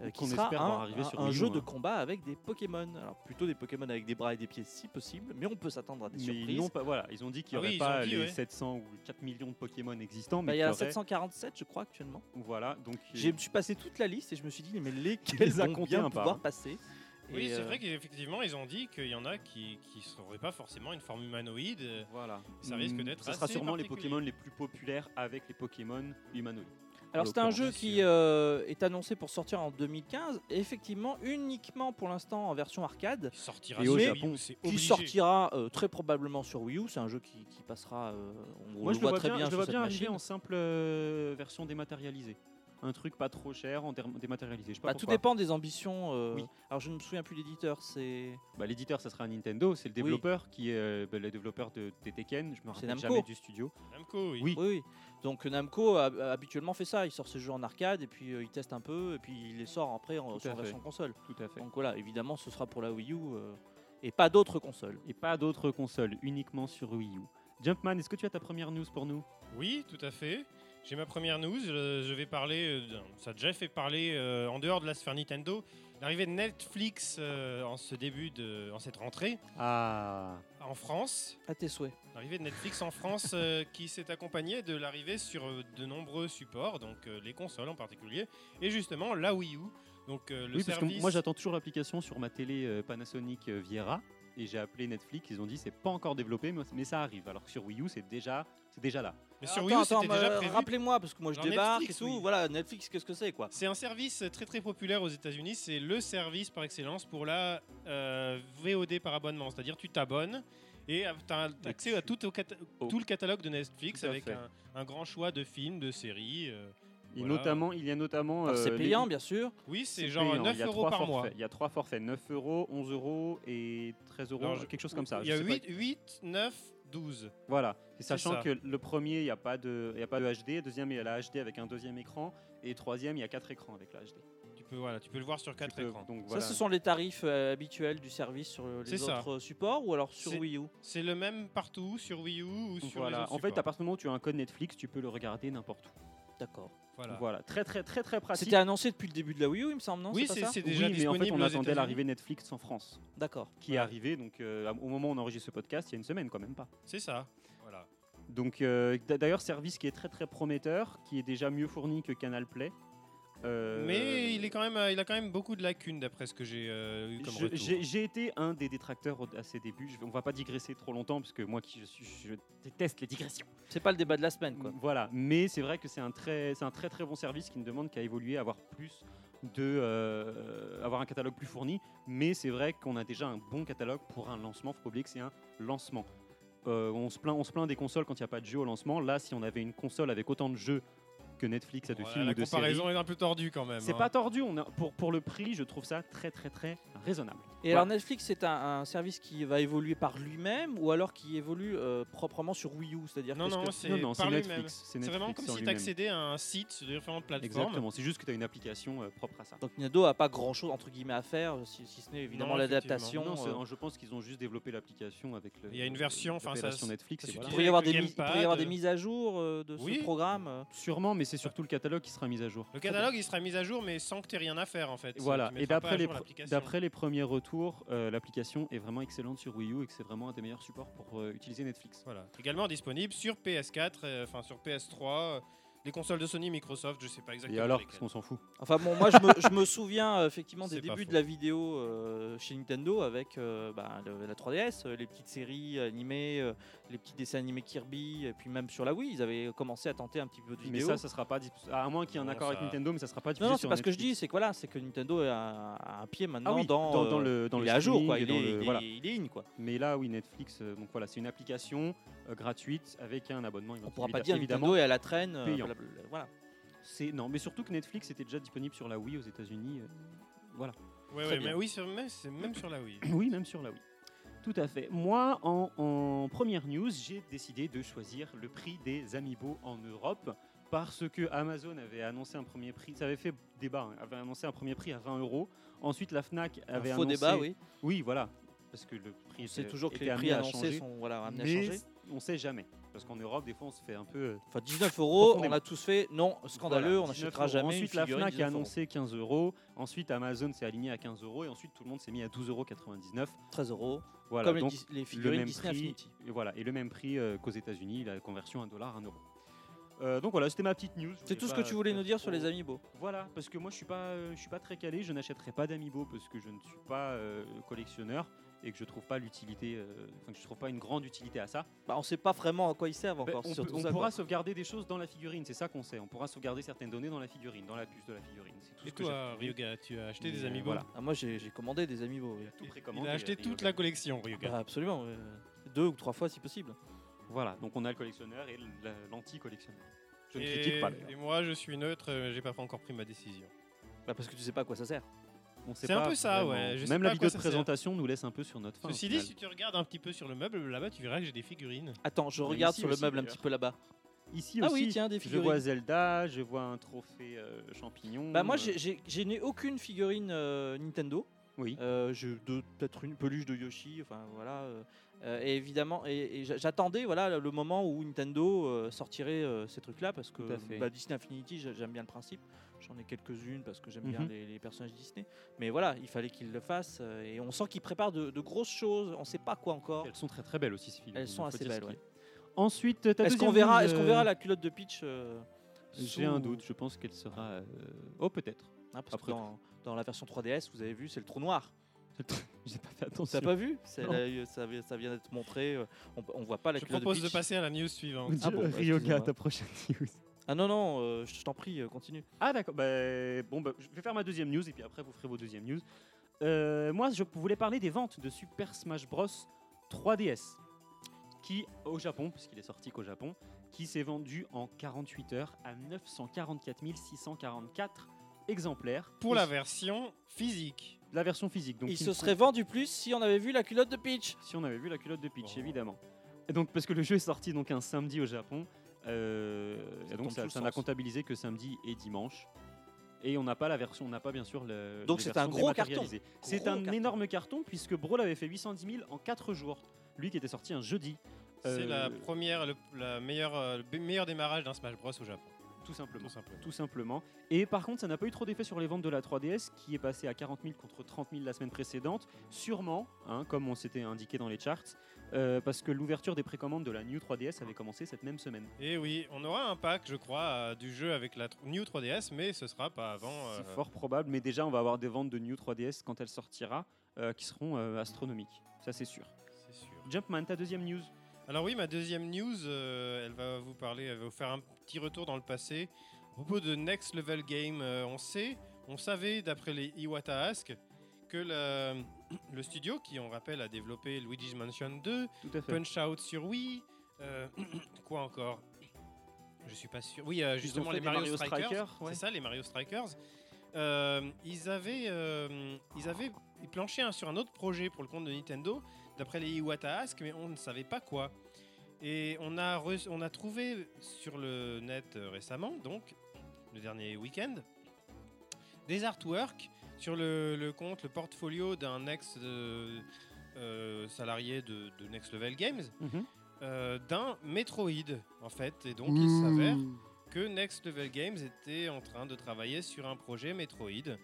A: euh,
D: Et
A: qui
D: qu'on
A: sera
D: espère voir
A: un,
D: arriver
A: un-
D: sur
A: un
D: Wii U,
A: jeu de
D: hein.
A: combat avec des Pokémon. Alors plutôt des Pokémon avec des bras et des pieds si possible, mais on peut s'attendre à des
D: Mais ils
A: surprises.
D: n'ont pas, voilà, ils ont dit qu'il
B: Ah
D: n'y
B: oui,
D: aurait
B: ils ont
D: pas
B: dit,
D: les
B: ouais.
D: 700 ou 4 millions de Pokémon existants,
A: Bah,
D: mais
A: il
D: qu'il
A: y a
D: y
A: la
D: aurait-
A: 747, je crois, actuellement.
D: Voilà, donc
A: Je me suis passé toute la liste et je me suis dit, mais lesquels
D: les a
A: vont
D: comptés
A: bien
D: un par
A: pouvoir
D: un.
A: passer
B: Oui,
A: Et,
B: c'est
A: euh,
B: vrai qu'effectivement, ils ont dit qu'il y en a qui ne seraient pas forcément une forme humanoïde. euh,
D: Voilà.
B: Ça risque
D: Mm,
B: d'être
D: Ce sera
B: assez
D: sûrement les
B: particulier.
D: Pokémon les plus populaires avec les Pokémon humanoïdes.
A: Alors c'est un
D: l'occurrence,
A: jeu
B: c'est
A: qui
B: sûr.
A: euh, est annoncé pour sortir en 2015, effectivement uniquement pour l'instant en version arcade,
B: qui sortira
D: Et au
B: sur
D: Japon,
B: Wii U, c'est
A: qui
B: obligé.
A: sortira euh, très probablement sur Wii U. C'est un jeu qui, qui passera, euh, on
D: Moi,
A: le
D: je le
A: voit
D: vois
A: très
D: bien,
A: bien
D: je le
A: sur
D: vois
A: cette
D: bien arriver
A: machine.
D: en simple euh, version dématérialisée. Un truc pas trop cher en derm- dématérialisé. Je sais pas
A: Bah, tout
D: pourquoi.
A: dépend des ambitions. euh,
D: Oui.
A: Alors je ne me souviens plus l'éditeur, c'est
D: Bah, L'éditeur, ça sera Nintendo. C'est le
A: Oui.
D: développeur qui est euh, bah, le développeur de, des Tekken. Je me rappelle
A: Namco.
D: jamais du studio.
B: Namco, oui.
D: Oui.
A: Oui, oui. Donc Namco a, a habituellement fait ça. Il sort ses jeux en arcade et puis euh, il teste un peu et puis il les sort après en
D: Tout à
A: sur
D: fait.
A: version console.
D: Tout à fait.
A: Donc voilà, évidemment, ce sera pour la Wii U euh, et pas d'autres consoles.
D: Et pas d'autres consoles, uniquement sur Wii U. Jumpman, est-ce que tu as ta première news pour nous
B: Oui, tout à fait. J'ai ma première news. euh, je vais parler. euh, d'un- ça a déjà fait parler euh, en dehors de la sphère Nintendo. L'arrivée de Netflix euh, en ce début de, en cette rentrée
D: Ah,
B: en France.
A: À tes souhaits.
B: L'arrivée de Netflix en France euh, qui s'est accompagnée de l'arrivée sur euh, de nombreux supports, donc euh, les consoles en particulier, et justement la Wii U. Donc euh, le
D: oui, parce
B: service.
D: que moi j'attends toujours l'application sur ma télé euh, Panasonic euh, Viera et j'ai appelé Netflix, ils ont dit c'est pas encore développé mais, mais ça arrive. Alors que sur Wii U c'est déjà c'est déjà là.
B: Mais sur
A: Attends,
B: Wii U,
A: attends,
B: c'était déjà
D: euh,
A: bah,
B: prévu.
A: Rappelez-moi parce que moi je
B: Alors,
A: débarque
B: Netflix,
A: et tout.
B: oui.
A: Voilà, Netflix, qu'est-ce que c'est quoi
D: Euh,
B: C'est un service très très populaire aux États-Unis. C'est le service par excellence pour la euh, VOD par abonnement. C'est-à-dire tu t'abonnes et tu as accès à tout, au cata-
D: Oh.
B: tout le catalogue de Netflix
D: Tout à
B: avec
D: fait.
B: un, un grand choix de films, de séries. euh.
D: Et
B: Voilà.
D: notamment il y a notamment
A: Alors, C'est
D: euh,
A: payant,
D: les-
A: bien sûr.
B: Oui, c'est
D: c'est
B: genre
D: payant.
B: 9
D: Il y a
B: euros
D: trois
B: par mois.
D: forfaits. Il y a trois forfaits 9 euros, 11 euros et 13 euros,
B: Alors, je-
D: quelque chose comme ça.
B: Il
D: je
B: y a
D: sais pas.
B: 8, 8 9, 12.
D: Voilà. Et sachant
B: ça.
D: que le premier il n'y a pas de il y a pas de HD, deuxième il y a la HD avec un deuxième écran et troisième il y a quatre écrans avec la HD. Tu
B: Tu peux, voilà, tu peux le voir sur 4
D: peux-
B: écrans.
D: Donc
A: Ça,
D: voilà.
A: ce sont les tarifs euh, habituels du service sur euh,
B: C'est
A: les
B: ça.
A: autres euh, supports ou alors sur
B: C'est-
A: Wii U.
B: C'est le même partout, sur Wii U ou sur
D: Voilà.
B: les autres
D: En fait, à
B: supports.
D: partir du moment où tu as un code Netflix, tu peux le regarder n'importe où.
A: D'accord.
B: Voilà.
D: Voilà, très très très très pratique.
A: C'était annoncé depuis le début de la Wii U, il me semble, non
B: Oui,
A: pas
B: c'est
A: ça
B: c'est déjà
D: oui, mais en
B: disponible
D: fait, on
B: aux
D: attendait
B: États-Unis.
D: l'arrivée de Netflix en France,
A: D'accord.
D: qui
B: Ouais.
D: est arrivée donc euh, à- au moment où on enregistre ce podcast, il y a une semaine quand même pas.
B: C'est ça. Voilà.
D: Donc euh, d'a- d'ailleurs, service qui est très très prometteur, qui est déjà mieux fourni que Canal Play. Euh,
B: Mais il, est quand même, euh, il a quand même beaucoup de lacunes d'après ce que j'ai euh, eu comme
D: je-
B: retour.
D: J'ai j'ai été un des détracteurs au- à ses débuts. Je, on va pas digresser trop longtemps parce que moi qui je suis, je déteste les digressions.
E: C'est pas le débat de la semaine, quoi.
D: Voilà. Mais c'est vrai que c'est un très, c'est un très très bon service qui ne demande qu'à évoluer, avoir plus de, euh, avoir un catalogue plus fourni. Mais c'est vrai qu'on a déjà un bon catalogue pour un lancement. Faut pas oublier que c'est un lancement. Euh, on se plaint, on se plaint des consoles quand il n'y a pas de jeux au lancement. Là, si on avait une console avec autant de jeux que Netflix a de
B: Bon,
D: films
B: la
D: ou de séries,
B: comparaison est un peu tordue quand même.
D: c'est
B: hein.
D: pas tordu. On a, pour pour le prix, je trouve ça très très très raisonnable.
A: Et alors Netflix, c'est un, un service qui va évoluer par lui-même ou alors qui évolue euh, proprement sur Wii U, c'est-à-dire
B: Non,
A: qu'est-ce
B: non,
A: que-
B: c'est
D: Non, non, c'est
B: par lui-même.
D: Netflix.
B: C'est vraiment
D: Netflix
B: comme
D: en
B: si tu
D: lui-même.
B: accédais à un site sur différentes plateformes.
D: Exactement, c'est juste que tu as une application euh, propre à ça.
A: Donc Nintendo a pas grand-chose entre guillemets à faire, euh, si, si ce n'est évidemment
B: Non,
A: l'adaptation.
D: Ah Non, c'est-
A: euh,
D: je pense qu'ils ont juste développé l'application avec le.
B: Il y a une version, enfin, ça-
D: l'application Netflix.
B: ça
D: et
B: suffit.
A: Il
D: voilà.
A: pourrait y
B: Avec
A: avoir
B: le
A: des, mis- il pourrait y
B: gamepad,
A: avoir des
B: euh,
A: mises à jour euh, de
B: oui.
A: ce programme. euh.
D: Sûrement, mais c'est surtout le catalogue qui sera mis à jour.
B: Le catalogue, il sera mis à jour, mais sans que tu aies rien à faire en fait.
D: Voilà,
B: Tu
D: et
B: mettras pas à
D: d'après les,
B: jour
D: pre-
B: l'application.
D: d'après les premiers retours, euh, l'application est vraiment excellente sur Wii U et que c'est vraiment un des meilleurs supports pour euh, utiliser Netflix.
B: Voilà. Également disponible sur PS4, euh, enfin sur PS3, euh, les consoles de Sony, Microsoft, je sais pas exactement.
D: Et alors,
B: lesquelles.
D: qu'est-ce qu'on s'en fout
A: Enfin bon, moi je me, je me souviens euh, effectivement des
B: C'est pas
A: débuts de
B: faux.
A: la vidéo euh, chez Nintendo avec euh, bah, le- la 3DS, euh, les petites séries animées, euh, les petits dessins animés Kirby, et puis même sur la Wii, ils avaient commencé à tenter un petit peu de
D: Mais
A: vidéo.
D: ça, ça sera pas. dis- À moins qu'il y ait un
B: Bon,
D: accord
B: ça-
D: avec Nintendo, mais ça sera pas diffusé
A: non, non, c'est
D: sur
A: pas ce que je
D: Netflix.
A: dis, c'est que voilà, c'est que Nintendo a un, a un pied maintenant
D: Ah oui,
A: dans,
D: dans, dans
A: euh,
D: le dans
A: il
D: le
A: est à jour,
D: streaming
A: quoi.
D: et
A: Il,
D: dans
A: est,
D: le-
A: il est-
D: voilà.
A: il est in, quoi.
D: Mais là, oui, Netflix, euh, donc voilà, c'est une application euh, gratuite avec un abonnement.
A: On pourra
D: évidemment-
A: pas dire
D: évidemment.
A: Nintendo est à la traîne. euh,
D: payant.
A: blablabla, voilà.
D: C'est non, mais surtout que Netflix était déjà disponible sur la Wii aux États-Unis. euh, voilà.
B: Ouais,
D: Très
B: ouais,
D: bien.
B: mais oui, c'est même, c'est même sur la Wii.
D: Oui, même sur la Wii. Tout à fait. Moi, en, en première news, j'ai décidé de choisir le prix des Amiibo en Europe parce que Amazon avait annoncé un premier prix. Ça avait fait débat. hein, avait annoncé un premier prix à 20 euros. Ensuite, la Fnac
A: Un
D: avait
A: faux
D: annoncé.
A: débat, oui.
D: Oui, voilà. Parce que le prix.
A: C'est
D: était-
A: toujours que
D: était
A: les
D: amené
A: prix
D: à
A: annoncés
D: changer.
A: sont voilà, amenés à
D: mais
A: changer.
D: on sait jamais. Parce qu'en Europe, des fois, on se fait un peu. euh,
A: Enfin, 19 euros, on
D: Profondément.
A: a tous fait non, scandaleux,
D: Voilà,
A: on
D: 19
A: n'achètera
D: euros.
A: jamais.
D: Ensuite,
A: une
D: la
A: figurine
D: Fnac a
A: 19 euros.
D: annoncé 15 euros. Ensuite, Amazon s'est aligné à 15 euros. Et ensuite, tout le monde s'est mis à 12,99 euros.
A: 13 euros.
D: Voilà,
A: comme les
D: donc,
A: dis- les, figurines
D: même
A: Disney
D: prix.
A: Infinity.
D: et voilà, et le même prix euh, qu'aux États-Unis, la conversion 1 dollar, 1 euro. Euh, donc voilà, c'était ma petite news.
A: C'est tout ce que tu voulais nous dire sur les amiibo.
D: euh, Voilà, parce que moi je suis pas, euh, je suis pas très calé, je n'achèterai pas d'amiibo parce que je ne suis pas euh, collectionneur et que je trouve pas l'utilité, euh, enfin que je trouve pas une grande utilité à ça.
A: Bah, on sait pas vraiment à quoi ils servent
D: Ben,
A: encore.
D: on
A: sur
D: peut-
A: tout
D: on
A: ça,
D: pourra
A: quoi.
D: sauvegarder des choses dans la figurine, c'est ça qu'on sait. On pourra sauvegarder certaines données dans la figurine, dans la puce de la figurine. C'est tout
B: Et
D: ce que j'ai
B: toi,
D: retenu.
B: Ryuga, tu as acheté
D: Mais,
B: des
D: euh,
B: amiibo
D: voilà.
A: Ah, moi, j'ai j'ai commandé des amiibo. oui.
D: Tout
B: Il
D: précommandé, euh,
B: a acheté
D: Ryuga.
B: toute la collection, Ryuga.
A: Bah, absolument. euh, Deux ou trois fois si possible.
D: Voilà, donc on a le collectionneur et la- l'anti-collectionneur. Je ne
B: et,
D: critique pas. d'ailleurs.
B: et moi, je suis neutre, euh, j'ai pas encore pris ma décision.
A: Bah, parce que tu sais pas à quoi ça sert.
D: On sait
B: C'est un
D: pas
B: peu ça,
D: vraiment.
B: ouais, je sais
D: Même
B: pas
D: la
B: à
D: vidéo
B: quoi
D: de
B: ça sert.
D: présentation nous laisse un peu sur notre fin. au
B: Ceci dit,
D: final.
B: si tu regardes un petit peu sur le meuble là-bas, tu verras que j'ai des figurines.
A: Attends, je
D: Mais
A: regarde
D: ici
A: sur le
D: aussi,
A: meuble un
D: d'ailleurs.
A: petit peu là-bas.
D: ici
A: Ah
D: aussi,
A: oui, tiens, des
D: je vois
A: figurines.
D: Zelda, je vois un trophée euh, champignon.
A: Bah, moi,
D: euh,
A: j'ai- j'ai- je n'ai aucune figurine euh, Nintendo.
D: oui.
A: Euh, j'ai deux- peut-être une peluche de Yoshi, enfin voilà. euh, euh, et évidemment, et, et j'a- j'attendais voilà le moment où Nintendo euh, sortirait euh, ces trucs-là parce que
D: Tout à fait.
A: bah, Disney Infinity, j'a- j'aime bien le principe. J'en ai quelques-unes parce que j'aime bien
D: Mhm.
A: les, les personnages Disney. Mais voilà, il fallait qu'ils le fassent euh, et on sent qu'ils préparent de, de grosses choses. On sait pas quoi encore.
D: Elles sont très très belles aussi ces figurines.
A: Elles sont
D: faut
A: assez
D: dire ce
A: belles,
D: qui est. Ensuite, ta
A: Est-ce
D: deuxième
A: qu'on verra,
D: news,
A: est-ce qu'on verra
D: euh,
A: la culotte de Peach euh,
D: J'ai un
A: sous-
D: doute. Je pense qu'elle sera. euh, Oh peut-être.
A: Ah, parce que
D: Après
A: dans, dans la version 3DS, vous avez vu, c'est le trou noir.
D: J'ai pas fait attention.
A: T'as pas vu C'est
D: Non.
A: la- euh, ça, vi- ça vient d'être montré. euh, On, on voit pas la
B: je
A: culotte
B: propose de,
A: de Peach.
B: passer à la news suivante.
A: Ah bon, bah,
D: Ryoga,
A: excusez-moi.
D: ta prochaine news.
A: Ah non, non, euh, je je t'en prie, euh, continue.
D: Ah d'accord. Bah, bon, bah, je vais faire ma deuxième news et puis après vous ferez vos deuxièmes news. Euh, moi, je voulais parler des ventes de Super Smash Bros 3DS, qui au Japon, puisqu'il est sorti qu'au Japon, qui s'est vendu en 48 heures à 944 644 exemplaires
B: Ah, Pour la version physique.
D: la version physique. Donc
A: Il
D: qui
A: se
D: ne-
A: serait vendu plus si on avait vu la culotte de Peach.
D: si on avait vu la culotte de Peach,
B: Oh.
D: évidemment. Et donc parce que le jeu est sorti donc un samedi au Japon, euh,
A: Ça
D: et
A: tombe
D: donc
A: sous
D: ça
A: le
D: ça n'a
A: sens.
D: comptabilisé que samedi et dimanche. Et on n'a pas la version, on n'a pas bien sûr le.
A: Donc
D: les
A: c'est un
D: versions
A: gros carton.
D: dématérialisées. C'est
A: Gros
D: un
A: carton.
D: énorme carton puisque Brawl avait fait 810 000 en 4 jours. Lui qui était sorti un jeudi.
B: C'est
D: Euh,
B: la première, le, la meilleure, euh, le meilleur démarrage d'un Smash Bros au Japon.
D: tout simplement.
B: Tout simplement.
D: Tout simplement. Et par contre, ça n'a pas eu trop d'effet sur les ventes de la 3DS, qui est passée à 40 000 contre 30 000 la semaine précédente, sûrement, hein, comme on s'était indiqué dans les charts, euh, parce que l'ouverture des précommandes de la New 3DS avait commencé cette même semaine.
B: Et oui, on aura un pack, je crois, euh, du jeu avec la tr- New 3DS, mais ce sera pas avant. euh,
D: C'est fort probable, mais déjà, on va avoir des ventes de New 3DS quand elle sortira, euh, qui seront euh, astronomiques, ça c'est sûr.
B: c'est sûr.
D: Jumpman, ta deuxième news
B: Alors oui, ma deuxième news, euh, elle va vous parler, elle va vous faire un petit retour dans le passé. À propos de Next Level Game, euh, on sait, on savait d'après les Iwata Ask que la- le studio qui, on rappelle, a développé Luigi's Mansion 2,
D: Tout à fait.
B: Punch Out sur Wii, euh, quoi encore Je suis pas sûr. Oui, euh,
D: Ils ont
B: justement
D: fait
B: les
D: des
B: Mario, Strikers.
D: ouais.
B: C'est ça, les Mario Strikers. Euh, ils avaient, euh, ils avaient planché un- sur un autre projet pour le compte de Nintendo, d'après les Iwata Ask, mais on ne savait pas quoi. Et on a, re- on a trouvé sur le net euh, récemment, donc le dernier week-end, des artworks sur le, le compte, le portfolio d'un ex euh, euh, salarié de, de Next Level Games,
D: Mhm.
B: euh, d'un Metroid en fait, et donc il
D: Hmm.
A: Hmm.
B: s'avère que Next Level Games était en train de travailler sur un projet Metroid.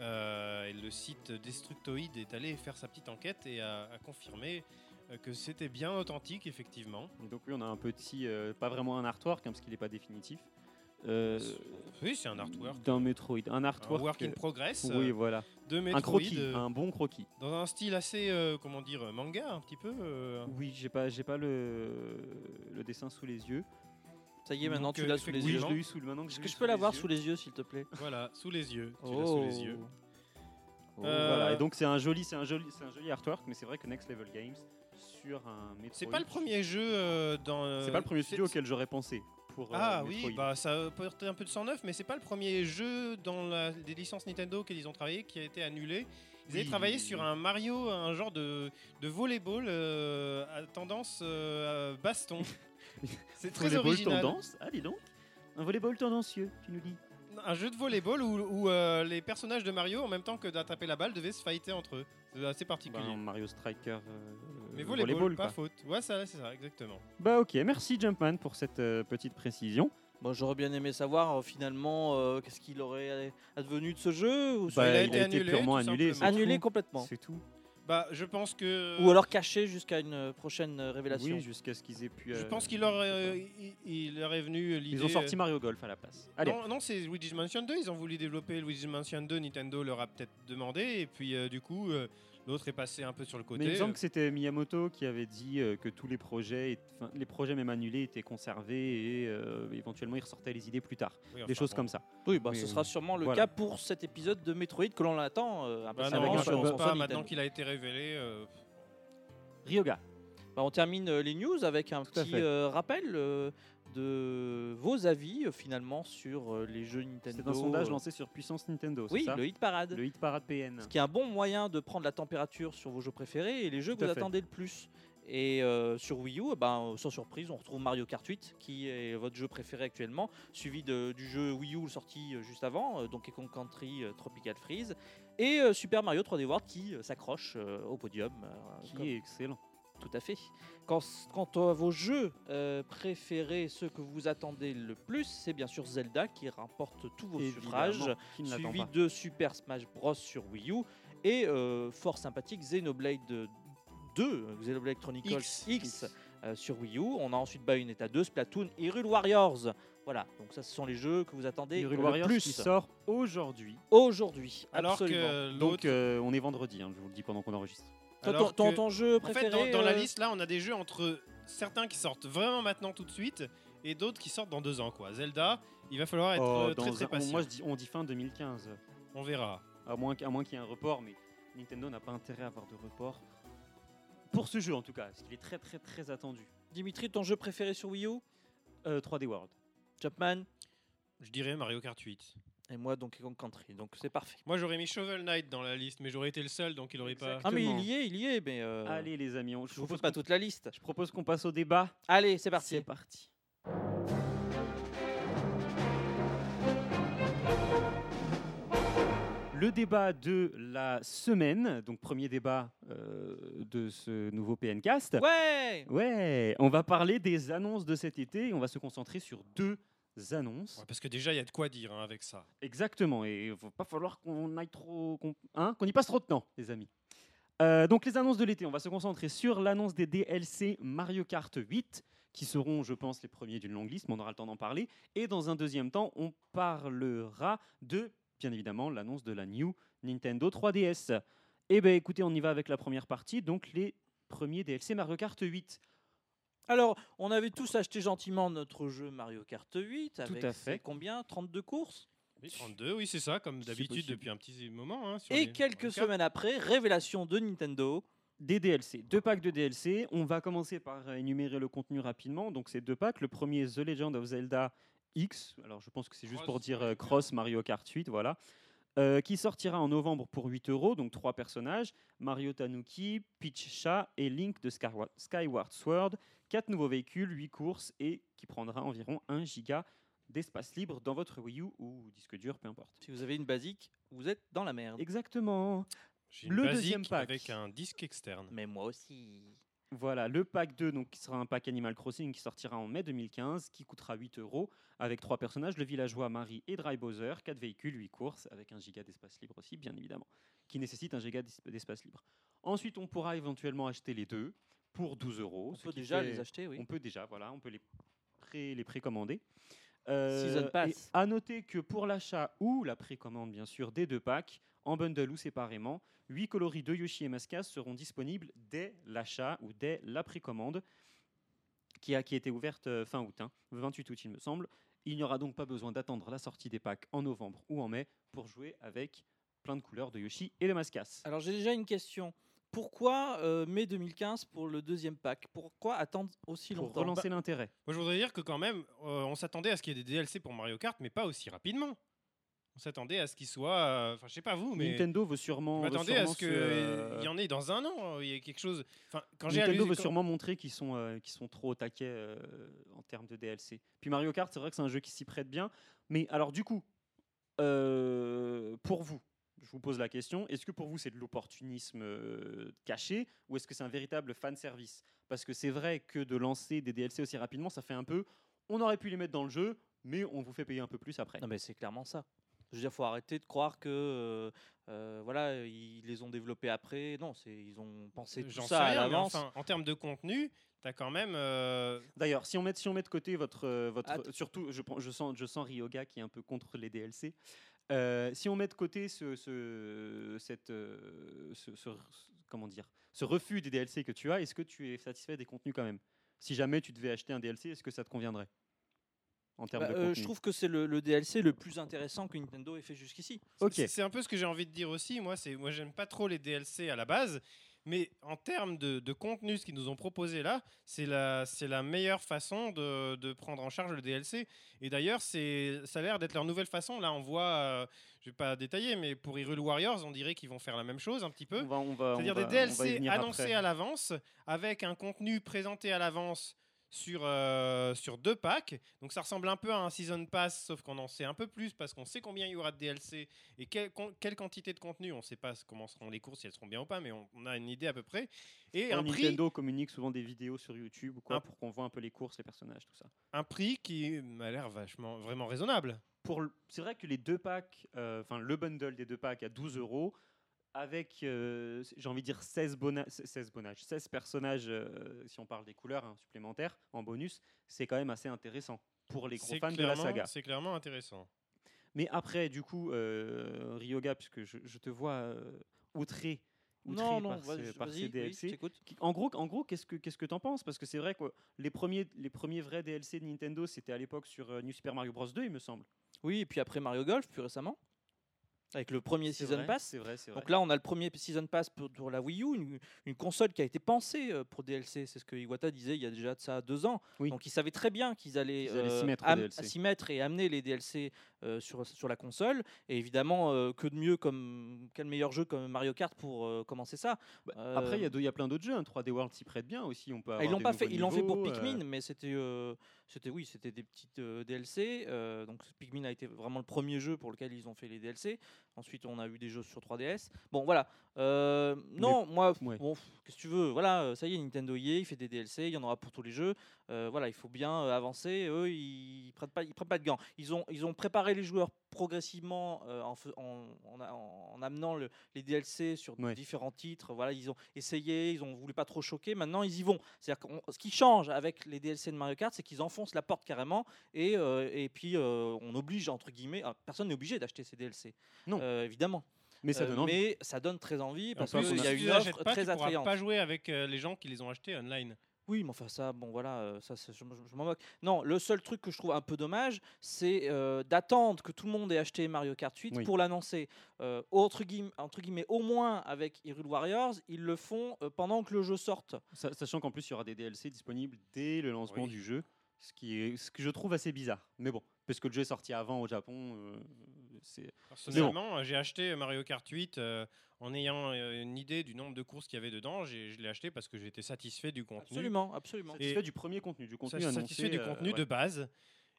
B: Euh, et le site Destructoid est allé faire sa petite enquête et a, a confirmé euh, que c'était bien authentique, effectivement.
D: Et Donc oui, on a un petit, euh, pas vraiment un artwork, hein, parce qu'il n'est pas définitif. Euh,
B: Oui, c'est un artwork.
D: D'un Metroid, un
B: Un
D: artwork.
B: work in
D: euh,
B: progress
D: oui,
B: euh,
D: voilà.
B: de Metroid.
D: un hein. croquis,
B: euh,
D: un bon croquis.
B: Dans un style assez, euh, comment dire, euh, manga un petit peu. euh.
D: Oui, j'ai pas, j'ai pas le, le dessin sous les yeux.
A: Ça y est, maintenant
B: Donc,
A: tu
B: euh,
A: l'as sous les yeux.
D: Oui, je
B: effectivement.
D: l'ai eu sous le maintenant que
A: Est-ce
D: je
A: que
D: l'ai
A: je peux
D: les
A: l'avoir
D: yeux.
A: sous les yeux, s'il te plaît
B: voilà, sous les yeux. Tu l'as sous les yeux.
A: Oh.
B: Euh,
D: Voilà, et donc c'est un joli, c'est un joli, c'est un joli artwork, mais c'est vrai que Next Level Games sur un Metroid.
B: C'est pas le premier jeu euh, dans. euh,
D: C'est pas le premier studio
B: c'est-
D: auquel j'aurais pensé pour. euh,
B: Ah
D: Metroid.
B: oui, bah ça portait un peu de 109, mais c'est pas le premier jeu dans la, des licences Nintendo auxquelles ils ont travaillé qui a été annulé. Ils avaient
D: Oui,
B: travaillé
D: oui,
B: sur
D: oui.
B: un Mario, un genre de, de volleyball euh, à tendance euh, à baston. c'est très
D: Volleyball
B: original.
D: tendance. Ah dis donc, un volleyball tendancieux, tu nous dis.
B: Un jeu de volleyball où, où, euh, les personnages de Mario, en même temps que d'attraper la balle, devaient se fighter entre eux. C'est assez
D: Bah,
B: particulier.
D: un Mario Striker. euh,
B: Mais
D: euh,
B: volleyball, pas
D: quoi.
B: faute. Ouais, ça, c'est ça, exactement.
D: Bah ok, merci Jumpman pour cette euh, petite précision.
A: Bon, J'aurais bien aimé savoir euh, finalement euh, qu'est-ce qu'il aurait advenu de ce jeu. Ou
B: Bah,
A: ça-
B: il a été annulé,
D: purement
B: tout
D: annulé.
B: simplement.
A: annulé
D: tout.
A: complètement.
D: C'est tout.
B: Bah, je pense que.
A: Ou alors caché jusqu'à une euh, prochaine euh, révélation.
D: Oui, jusqu'à ce qu'ils aient pu.
B: Je
D: euh,
B: pense qu'il leur, euh, il, il leur est venu l'idée.
D: Ils ont sorti Mario Golf à la place. Allez,
B: Non, non, c'est Luigi's Mansion 2. Ils ont voulu développer Luigi's Mansion 2. Nintendo leur a peut-être demandé. Et puis, euh, du coup, euh, l'autre est passé un peu sur le côté. euh,
D: mais il me semble que c'était Miyamoto qui avait dit euh, que tous les projets, et- enfin, les projets même annulés étaient conservés et euh, éventuellement ils ressortaient les idées plus tard.
B: Oui, enfin,
D: Des choses
B: bon.
D: comme ça.
A: Oui, bah,
D: Mais,
A: ce
D: euh,
A: sera sûrement le
D: voilà.
A: cas pour cet épisode de Metroid que l'on attend euh,
B: Bah
A: impatiemment
B: non,
D: Avec un
A: sur
B: je
D: peu-
B: pense
A: console
B: pas.
A: Nintendo.
B: Maintenant qu'il a été révélé. euh,
D: Ryoga.
A: Bah, on termine euh, les news avec un
D: Tout à
A: petit
D: fait.
A: euh, rappel euh, de vos avis euh, finalement sur euh, les jeux Nintendo.
D: C'est un sondage
A: euh,
D: lancé sur Puissance Nintendo. c'est
A: Oui,
D: ça
A: le Hit Parade.
D: Le hit parade PN.
A: Ce qui est un bon moyen de prendre la température sur vos jeux préférés et les jeux
D: Tout
A: que vous
D: à fait.
A: attendez le plus. Et euh, sur Wii U, eh ben, euh, sans surprise, on retrouve Mario Kart 8, qui est votre jeu préféré actuellement, suivi de- du jeu Wii U sorti euh, juste avant, euh, Donkey Kong Country euh, Tropical Freeze, et euh, Super Mario 3D World qui euh, s'accroche euh, au podium. euh, comme-
D: Qui est excellent.
A: Tout à fait. Quand- quant à vos jeux euh, préférés, ceux que vous attendez le plus, c'est bien sûr Zelda qui remporte tous vos suffrages
D: Évidemment, Qui ne l'attend
A: suivi
D: pas.
A: de Super Smash Bros sur Wii U et euh, fort sympathique Xenoblade 2, euh, Xenoblade Chronicles X, euh, sur Wii U. On a ensuite Bayonetta 2, Splatoon, Hyrule Warriors. Voilà, donc ça ce sont les jeux que vous attendez
D: Hyrule
A: le
D: Warriors qui
A: plus
D: sort aujourd'hui.
A: aujourd'hui.
B: alors
A: absolument.
B: que
D: Donc
B: l'autre.
D: euh, on est vendredi, hein, je vous le dis pendant qu'on enregistre.
A: Toi,
B: alors
A: ton, ton-
B: que-
A: ton jeu
B: En
A: préféré
B: fait, dans, dans la
A: euh,
B: liste, là, on a des jeux entre certains qui sortent vraiment maintenant tout de suite et d'autres qui sortent dans deux ans. quoi. Zelda, il va falloir être
D: Oh,
B: euh, très
D: dans
B: très
D: un-
B: patient.
D: moi je dis, on dit fin 2015.
B: On verra.
D: À moins, qu'- à moins qu'il y ait un report, mais Nintendo n'a pas intérêt à avoir de report. Pour ce jeu en tout cas, parce qu'il est très très très attendu.
A: Dimitri, ton jeu préféré sur Wii U
D: Euh, 3D World.
A: Chapman
B: Je dirais Mario Kart 8.
A: et moi Donkey Kong Country, donc c'est parfait.
B: Moi j'aurais mis Shovel Knight dans la liste, mais j'aurais été le seul, donc il aurait pas.
D: Exact.
A: Ah mais
D: Exactement.
A: il y est, il y est, mais euh,
D: Allez les amis, on-
A: je
D: je,
A: vous fais
D: propose
A: pas
D: qu'on-
A: toute la liste.
D: je propose qu'on passe au débat.
A: Allez, c'est parti.
D: parti. Le débat de la semaine, donc premier débat euh, de ce nouveau PNcast.
A: Ouais
D: Ouais, on va parler des annonces de cet été et on va se concentrer sur deux annonces.
B: Ouais, parce que déjà, il y a de quoi dire hein, avec ça.
D: Exactement, et il va pas falloir qu'on aille trop, qu'on hein, qu'on y passe trop de temps, les amis. Euh, donc les annonces de l'été, on va se concentrer sur l'annonce des DLC Mario Kart 8, qui seront, je pense, les premiers d'une longue liste, mais on aura le temps d'en parler. Et dans un deuxième temps, on parlera de, bien évidemment, l'annonce de la New Nintendo 3DS. Eh bien écoutez, on y va avec la première partie, donc les premiers DLC Mario Kart 8.
A: Alors, on avait tous acheté gentiment notre jeu Mario Kart 8 avec
D: à fait.
A: ses combien 32 courses
B: Oui, 32, oui, c'est ça, comme
D: C'est
B: d'habitude
D: possible.
B: depuis un petit moment. hein, sur les-
A: Et
B: sur les
A: quelques
B: cartes.
A: semaines après, révélation de Nintendo.
D: des DLC, deux packs de DLC. On va commencer par euh, énumérer le contenu rapidement. Donc ces deux packs, le premier The Legend of Zelda X, alors je pense que c'est juste pour
B: Cross,
D: dire
B: Mario
D: euh,
B: Kart.
D: Cross Mario Kart 8, voilà, Euh, qui sortira en novembre pour 8 euros, donc trois personnages, Mario Tanuki, Peach Chat et Link de Skywa- Skyward Sword, quatre nouveaux véhicules, 8 courses et qui prendra environ 1 giga d'espace libre dans votre Wii U ou disque dur, peu importe.
A: Si vous avez une basique, vous êtes dans la merde.
D: Exactement.
B: J'ai une
D: Le
B: basique
D: deuxième pack.
B: Avec un disque externe.
A: Mais moi aussi.
D: Voilà, le pack 2, donc, qui sera un pack Animal Crossing qui sortira en mai 2015, qui coûtera 8 euros, avec trois personnages, le villageois Marie et Dry Bowser, 4 véhicules, 8 courses, avec un giga d'espace libre aussi, bien évidemment, qui nécessite un giga d'es- d'espace libre. Ensuite, on pourra éventuellement acheter les deux pour 12 euros.
A: On
D: ce
A: peut
D: qui
A: déjà
D: fait-
A: les acheter, oui.
D: On peut déjà, voilà, on peut les, pré- les précommander. Euh,
A: Season Pass.
D: et à noter que pour l'achat ou la précommande, bien sûr, des deux packs, en bundle ou séparément, 8 coloris de Yoshi et Mascas seront disponibles dès l'achat ou dès la précommande qui a, qui a été ouverte euh, fin août, hein, 28 août il me semble. Il n'y aura donc pas besoin d'attendre la sortie des packs en novembre ou en mai pour jouer avec plein de couleurs de Yoshi et de
B: Ah,
D: Mascas.
A: Alors j'ai déjà une question. Pourquoi euh, mai 2015 pour le deuxième pack Pourquoi attendre aussi
D: Pour
A: longtemps
D: relancer
B: Bah,
D: l'intérêt.
B: Moi, je voudrais dire que quand même, euh, on s'attendait à ce qu'il y ait des DLC pour Mario Kart, mais pas aussi rapidement. On s'attendait à ce qu'il soit. euh, Enfin, je sais pas vous, mais.
D: Nintendo veut
B: je
D: sûrement. veut
B: m'attendais à
D: sûrement
B: ce qu'il
D: se, euh,
B: y en ait dans un an. euh, Il y ait quelque chose. Enfin, quand j'ai
D: Nintendo
B: allumé-
D: veut
B: quand-
D: sûrement montrer qu'ils sont, euh, qu'ils sont trop au taquet euh, en termes de DLC. Puis Mario Kart, c'est vrai que c'est un jeu qui s'y prête bien. Mais alors, du coup, euh, pour vous, je vous pose la question est-ce que pour vous, c'est de l'opportunisme euh, caché ou est-ce que c'est un véritable fan service Parce que c'est vrai que de lancer des DLC aussi rapidement, ça fait un peu. On aurait pu les mettre dans le jeu, mais on vous fait payer un peu plus après.
A: Bah, Non mais c'est clairement ça. Je veux dire, faut arrêter de croire que euh, euh, voilà, ils les ont développés après. Non, c'est ils ont pensé tout
B: J'en
A: ça
B: sais
A: à
B: rien, mais
A: l'avance.
B: enfin, en termes de contenu, t'as quand même. euh,
D: D'ailleurs, si on met si on met de côté votre euh, votre
A: Att-
D: surtout, je prends- je sens je sens Ryoga qui est un peu contre les DLC. Euh, si on met de côté ce, ce- cette euh, ce- ce- comment dire ce refus des DLC que tu as, est-ce que tu es satisfait des contenus quand même Si jamais tu devais acheter un DLC, est-ce que ça te conviendrait en termes
A: Bah,
D: de
A: euh,
D: contenu
A: je trouve que c'est le, le DLC le plus intéressant que Nintendo ait fait jusqu'ici.
D: Ok.
B: C'est- C'est un peu ce que j'ai envie de dire aussi. Moi, c'est moi, j'aime pas trop les DLC à la base, mais en termes de, de contenu, ce qu'ils nous ont proposé là, c'est la c'est la meilleure façon de, de prendre en charge le DLC. Et d'ailleurs, c'est ça a l'air d'être leur nouvelle façon. Là, on voit, euh, je vais pas détailler, mais pour Hyrule Warriors, on dirait qu'ils vont faire la même chose un petit peu.
D: On va- on va- Euh, on
B: C'est-à-dire
D: va-
B: des
D: on va y
B: DLC
D: venir
B: annoncés
D: après.
B: à l'avance, avec un contenu présenté à l'avance sur, euh, sur deux packs. Donc ça ressemble un peu à un Season Pass, sauf qu'on en sait un peu plus parce qu'on sait combien il y aura de DLC et quelle, con- quelle quantité de contenu. On ne sait pas comment seront les courses, si elles seront bien ou pas, mais on, on a une idée à peu près. Et un
D: Quand
B: prix, Ah.
D: Nintendo communique souvent des vidéos sur YouTube ou quoi
B: Un-
D: pour qu'on voit un peu les courses, les personnages, tout ça.
B: un prix qui m'a l'air vachement, vraiment raisonnable.
D: pour le- c'est vrai que les deux packs, euh, enfin le bundle des deux packs à 12 euros, avec, euh, j'ai envie de dire, 16, bona- 16 bonnages, 16 personnages, euh, si on parle des couleurs hein, supplémentaires, en bonus, c'est quand même assez intéressant pour les gros
B: C'est
D: fans de la
B: clairement-
D: saga.
B: C'est clairement intéressant.
D: Mais après, du coup, euh, Ryoga, puisque je, je te vois euh, outré, outré
A: non, non,
D: par,
A: vas-y,
D: ce- par
A: vas-y,
D: ces
A: oui,
D: DLC.
A: je t'écoute.
D: Qui- En gros, en gros qu'est-ce que qu'est-ce que t'en penses Parce que c'est vrai que les premiers, les premiers vrais DLC de Nintendo, c'était à l'époque sur euh, New Super Mario Bros 2, il me semble.
A: Oui, et puis après Mario Golf, plus récemment, avec le premier
D: C'est
A: Season
D: vrai,
A: Pass.
D: C'est vrai, c'est vrai.
A: Donc là, on a le premier Season Pass pour, pour la Wii U, une, une console qui a été pensée euh, pour DLC. C'est ce que Iwata disait il y a déjà de ça deux ans.
D: Oui.
A: Donc ils savaient très bien qu'ils allaient,
D: Qu'ils allaient s'y
A: euh,
D: mettre aux
A: am-
D: DLC.
A: s'y mettre et amener les DLC euh, sur, sur la console. Et évidemment, euh, que de mieux, comme, quel meilleur jeu comme Mario Kart pour euh, commencer ça.
D: Bah,
A: Euh,
D: Après, il y a deux- il y a plein d'autres jeux. hein. 3D World s'y prête bien aussi. On peut
A: Ah, ils
D: avoir
A: l'ont
D: des
A: pas fait,
D: nouveaux
A: ils l'ont fait pour
D: niveaux, euh,
A: Pikmin, mais c'était, euh, c'était oui, c'était des petites euh, DLC. euh, donc Pikmin a été vraiment le premier jeu pour lequel ils ont fait les DLC. Ensuite, on a eu des jeux sur 3DS. Bon, voilà. Euh, non, moi,
D: ouais.
A: bon, pff, qu'est-ce que tu veux Voilà, euh, ça y est, Nintendo y est, il fait des DLC, il y en aura pour tous les jeux. Euh, voilà, il faut bien euh, avancer. Eux, ils prennent pas, ils prennent pas de gants. Ils ont, ils ont préparé les joueurs progressivement euh, en, fais- en, en a- en- en amenant le- les DLC sur
D: Ouais.
A: différents titres. Voilà, ils ont essayé, ils ont voulu pas trop choquer. Maintenant, ils y vont. C'est-à-dire qu'on- ce qui change avec les DLC de Mario Kart, c'est qu'ils enfoncent la porte carrément et, euh, et puis euh, on oblige entre guillemets. ah, personne n'est obligé d'acheter ces DLC.
D: Non.
A: Euh, évidemment.
D: Mais ça
A: Euh,
D: donne envie.
A: mais ça donne très envie parce
D: en plus,
A: qu'il
D: on
A: y
D: a-
A: a
B: Ah, si tu
A: une
B: les achètes
A: offre
B: pas,
A: très
B: tu pourras
A: attrayante.
B: pas jouer avec euh, les gens qui les ont achetés online.
A: Oui, mais enfin ça, bon voilà, euh, ça, c'est- je, m- je m'en moque. Non, le seul truc que je trouve un peu dommage, c'est euh, d'attendre que tout le monde ait acheté Mario Kart 8
D: Oui.
A: pour l'annoncer. Euh, autre guillem- entre guillemets, au moins avec Hyrule Warriors, ils le font euh, pendant que le jeu sorte.
D: Sa- Sachant qu'en plus, il y aura des DLC disponibles dès le lancement
B: Oui.
D: du jeu, ce, qui est, ce que je trouve assez bizarre. Mais bon, parce que le jeu est sorti avant au Japon, euh, c'est
B: Personnellement, euh, j'ai acheté Mario Kart 8 euh, en ayant euh, une idée du nombre de courses qu'il y avait dedans. J'ai- Je l'ai acheté parce que j'étais satisfait du contenu.
A: Absolument, absolument.
D: satisfait du premier contenu, du contenu
B: Sa-
D: annoncé.
B: satisfait du
D: euh,
B: contenu
D: ouais.
B: de base.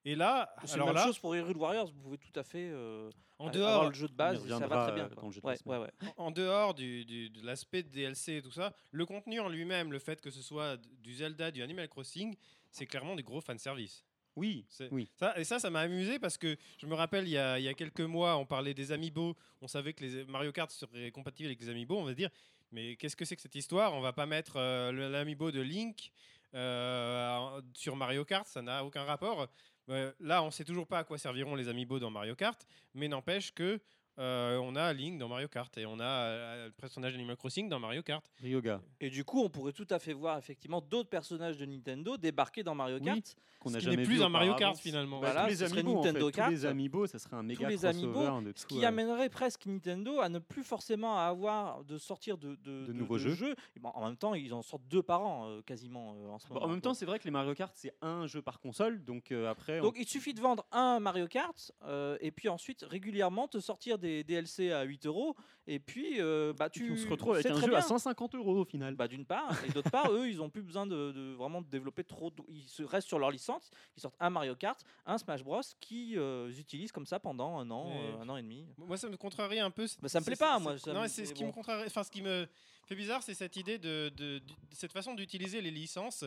B: Et là,
A: C'est la
B: alors
A: même
B: là,
A: chose pour Hyrule Warriors, vous pouvez tout à fait euh,
B: en
A: a- avoir
B: dehors,
A: le jeu de base,
D: On y
A: et ça va
D: reviendra,
A: très bien.
D: euh,
A: quoi.
D: dans le jeu de la
A: ouais,
D: semaine.
A: ouais, ouais.
B: en dehors du, du- de l'aspect DLC et tout ça, le contenu en lui-même, le fait que ce soit d- du Zelda, du Animal Crossing, c'est clairement du gros fanservice.
D: Oui,
B: C'est-
D: Oui.
B: Ça, et ça, ça m'a amusé parce que je me rappelle, il y a, il y a quelques mois, on parlait des Amiibo. On savait que les Mario Kart seraient compatibles avec les Amiibo. On va se dire, mais qu'est-ce que c'est que cette histoire On va pas mettre euh, le- l'Amiibo de Link euh, en- sur Mario Kart, ça n'a aucun rapport. Euh, là, on sait toujours pas à quoi serviront les Amiibo dans Mario Kart, mais n'empêche que euh, on a Link dans Mario Kart et on a euh, le personnage d'Animal Crossing dans Mario Kart.
D: Ryoga,
A: Et du coup, on pourrait tout à fait voir effectivement d'autres personnages de Nintendo débarquer dans Mario
D: Oui.
A: Kart.
D: qu'on
B: Ce
D: n'a
B: qui n'est
D: jamais
B: plus
D: vu
B: un Mario
D: auparavant. Bah,
B: Kart finalement.
A: Voilà.
D: tous les
A: ce serait
D: amiibo, en fait,
A: Nintendo
D: tous les
A: Kart.
D: amiibo, ça serait un méga
A: les amiibo,
D: crossover de
A: Ce
D: tout,
A: qui
D: euh,
A: amènerait presque Nintendo à ne plus forcément à avoir de sortir de, de,
D: De nouveaux jeux.
A: Et ben, en même temps, ils en sortent deux par an euh, quasiment euh, en ce
D: Bon,
A: moment.
D: Bah, en même temps,
A: donc.
D: c'est vrai que les Mario Kart, c'est un jeu par console, donc euh, après, on-
A: donc il suffit de vendre un Mario Kart euh, et puis ensuite régulièrement te sortir des DLC à 8 euros et puis euh, bah, tu
D: on se retrouve avec
A: c'est
D: un
A: très
D: jeu à
A: bien.
D: 150 euros au final.
A: Bah, d'une part et d'autre part eux ils ont plus besoin de, de vraiment de développer trop de- ils se restent sur leur licence ils sortent un Mario Kart un Smash Bros qui euh, ils utilisent comme ça pendant un an
B: Mais-
A: euh, un an et demi
B: Moi, ça me contrarie un peu.
A: Bah, ça me
B: C'est-
A: plaît pas,
B: c'est-
A: moi,
B: c'est-
A: ça
B: Non,
A: me-
B: c'est ce
A: mais
B: qui me
A: bon.
B: contrarie. Enfin, ce qui me fait bizarre, c'est cette idée de, de- de- cette façon d'utiliser les licences.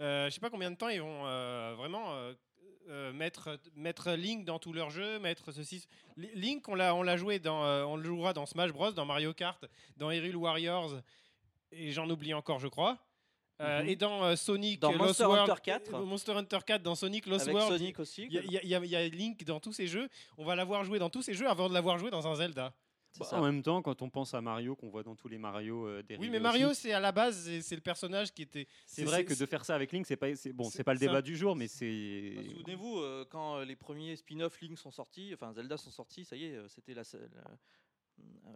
B: Euh, je sais pas combien de temps ils vont euh, vraiment euh, euh, mettre mettre Link dans tous leurs jeux, mettre ceci. Li- Link, on l'a on l'a joué dans, euh, on le jouera dans Smash Bros, dans Mario Kart, dans Hyrule Warriors, et j'en oublie encore, je crois. Euh,
D: Mhm.
B: Et dans euh, Sonic,
A: Dans
B: Lost
A: Monster
B: World-
A: Hunter 4.
B: euh, Monster Hunter 4, dans Sonic Lost
A: avec
B: World,
A: Sonic aussi
B: il y, a- il y a- il y a- il y a Link dans tous ces jeux. On va l'avoir joué dans tous ces jeux avant de l'avoir joué dans un Zelda.
A: c'est
D: Bah,
A: ça.
D: en même temps, quand on pense à Mario, qu'on voit dans tous les Mario euh, dérivés
B: Oui, mais
D: aussi,
B: Mario, c'est à la base, c'est- c'est le personnage qui était.
D: c'est vrai que de faire ça avec Link, c'est pas, c'est- bon,
B: c'est-
D: c'est pas le
B: c'est un-
D: débat du jour, mais c'est.
A: Bah, Souvenez-vous, euh, quand euh, les premiers spin-off Link sont sortis, enfin Zelda sont sortis, ça y est, euh, c'était la, se- la-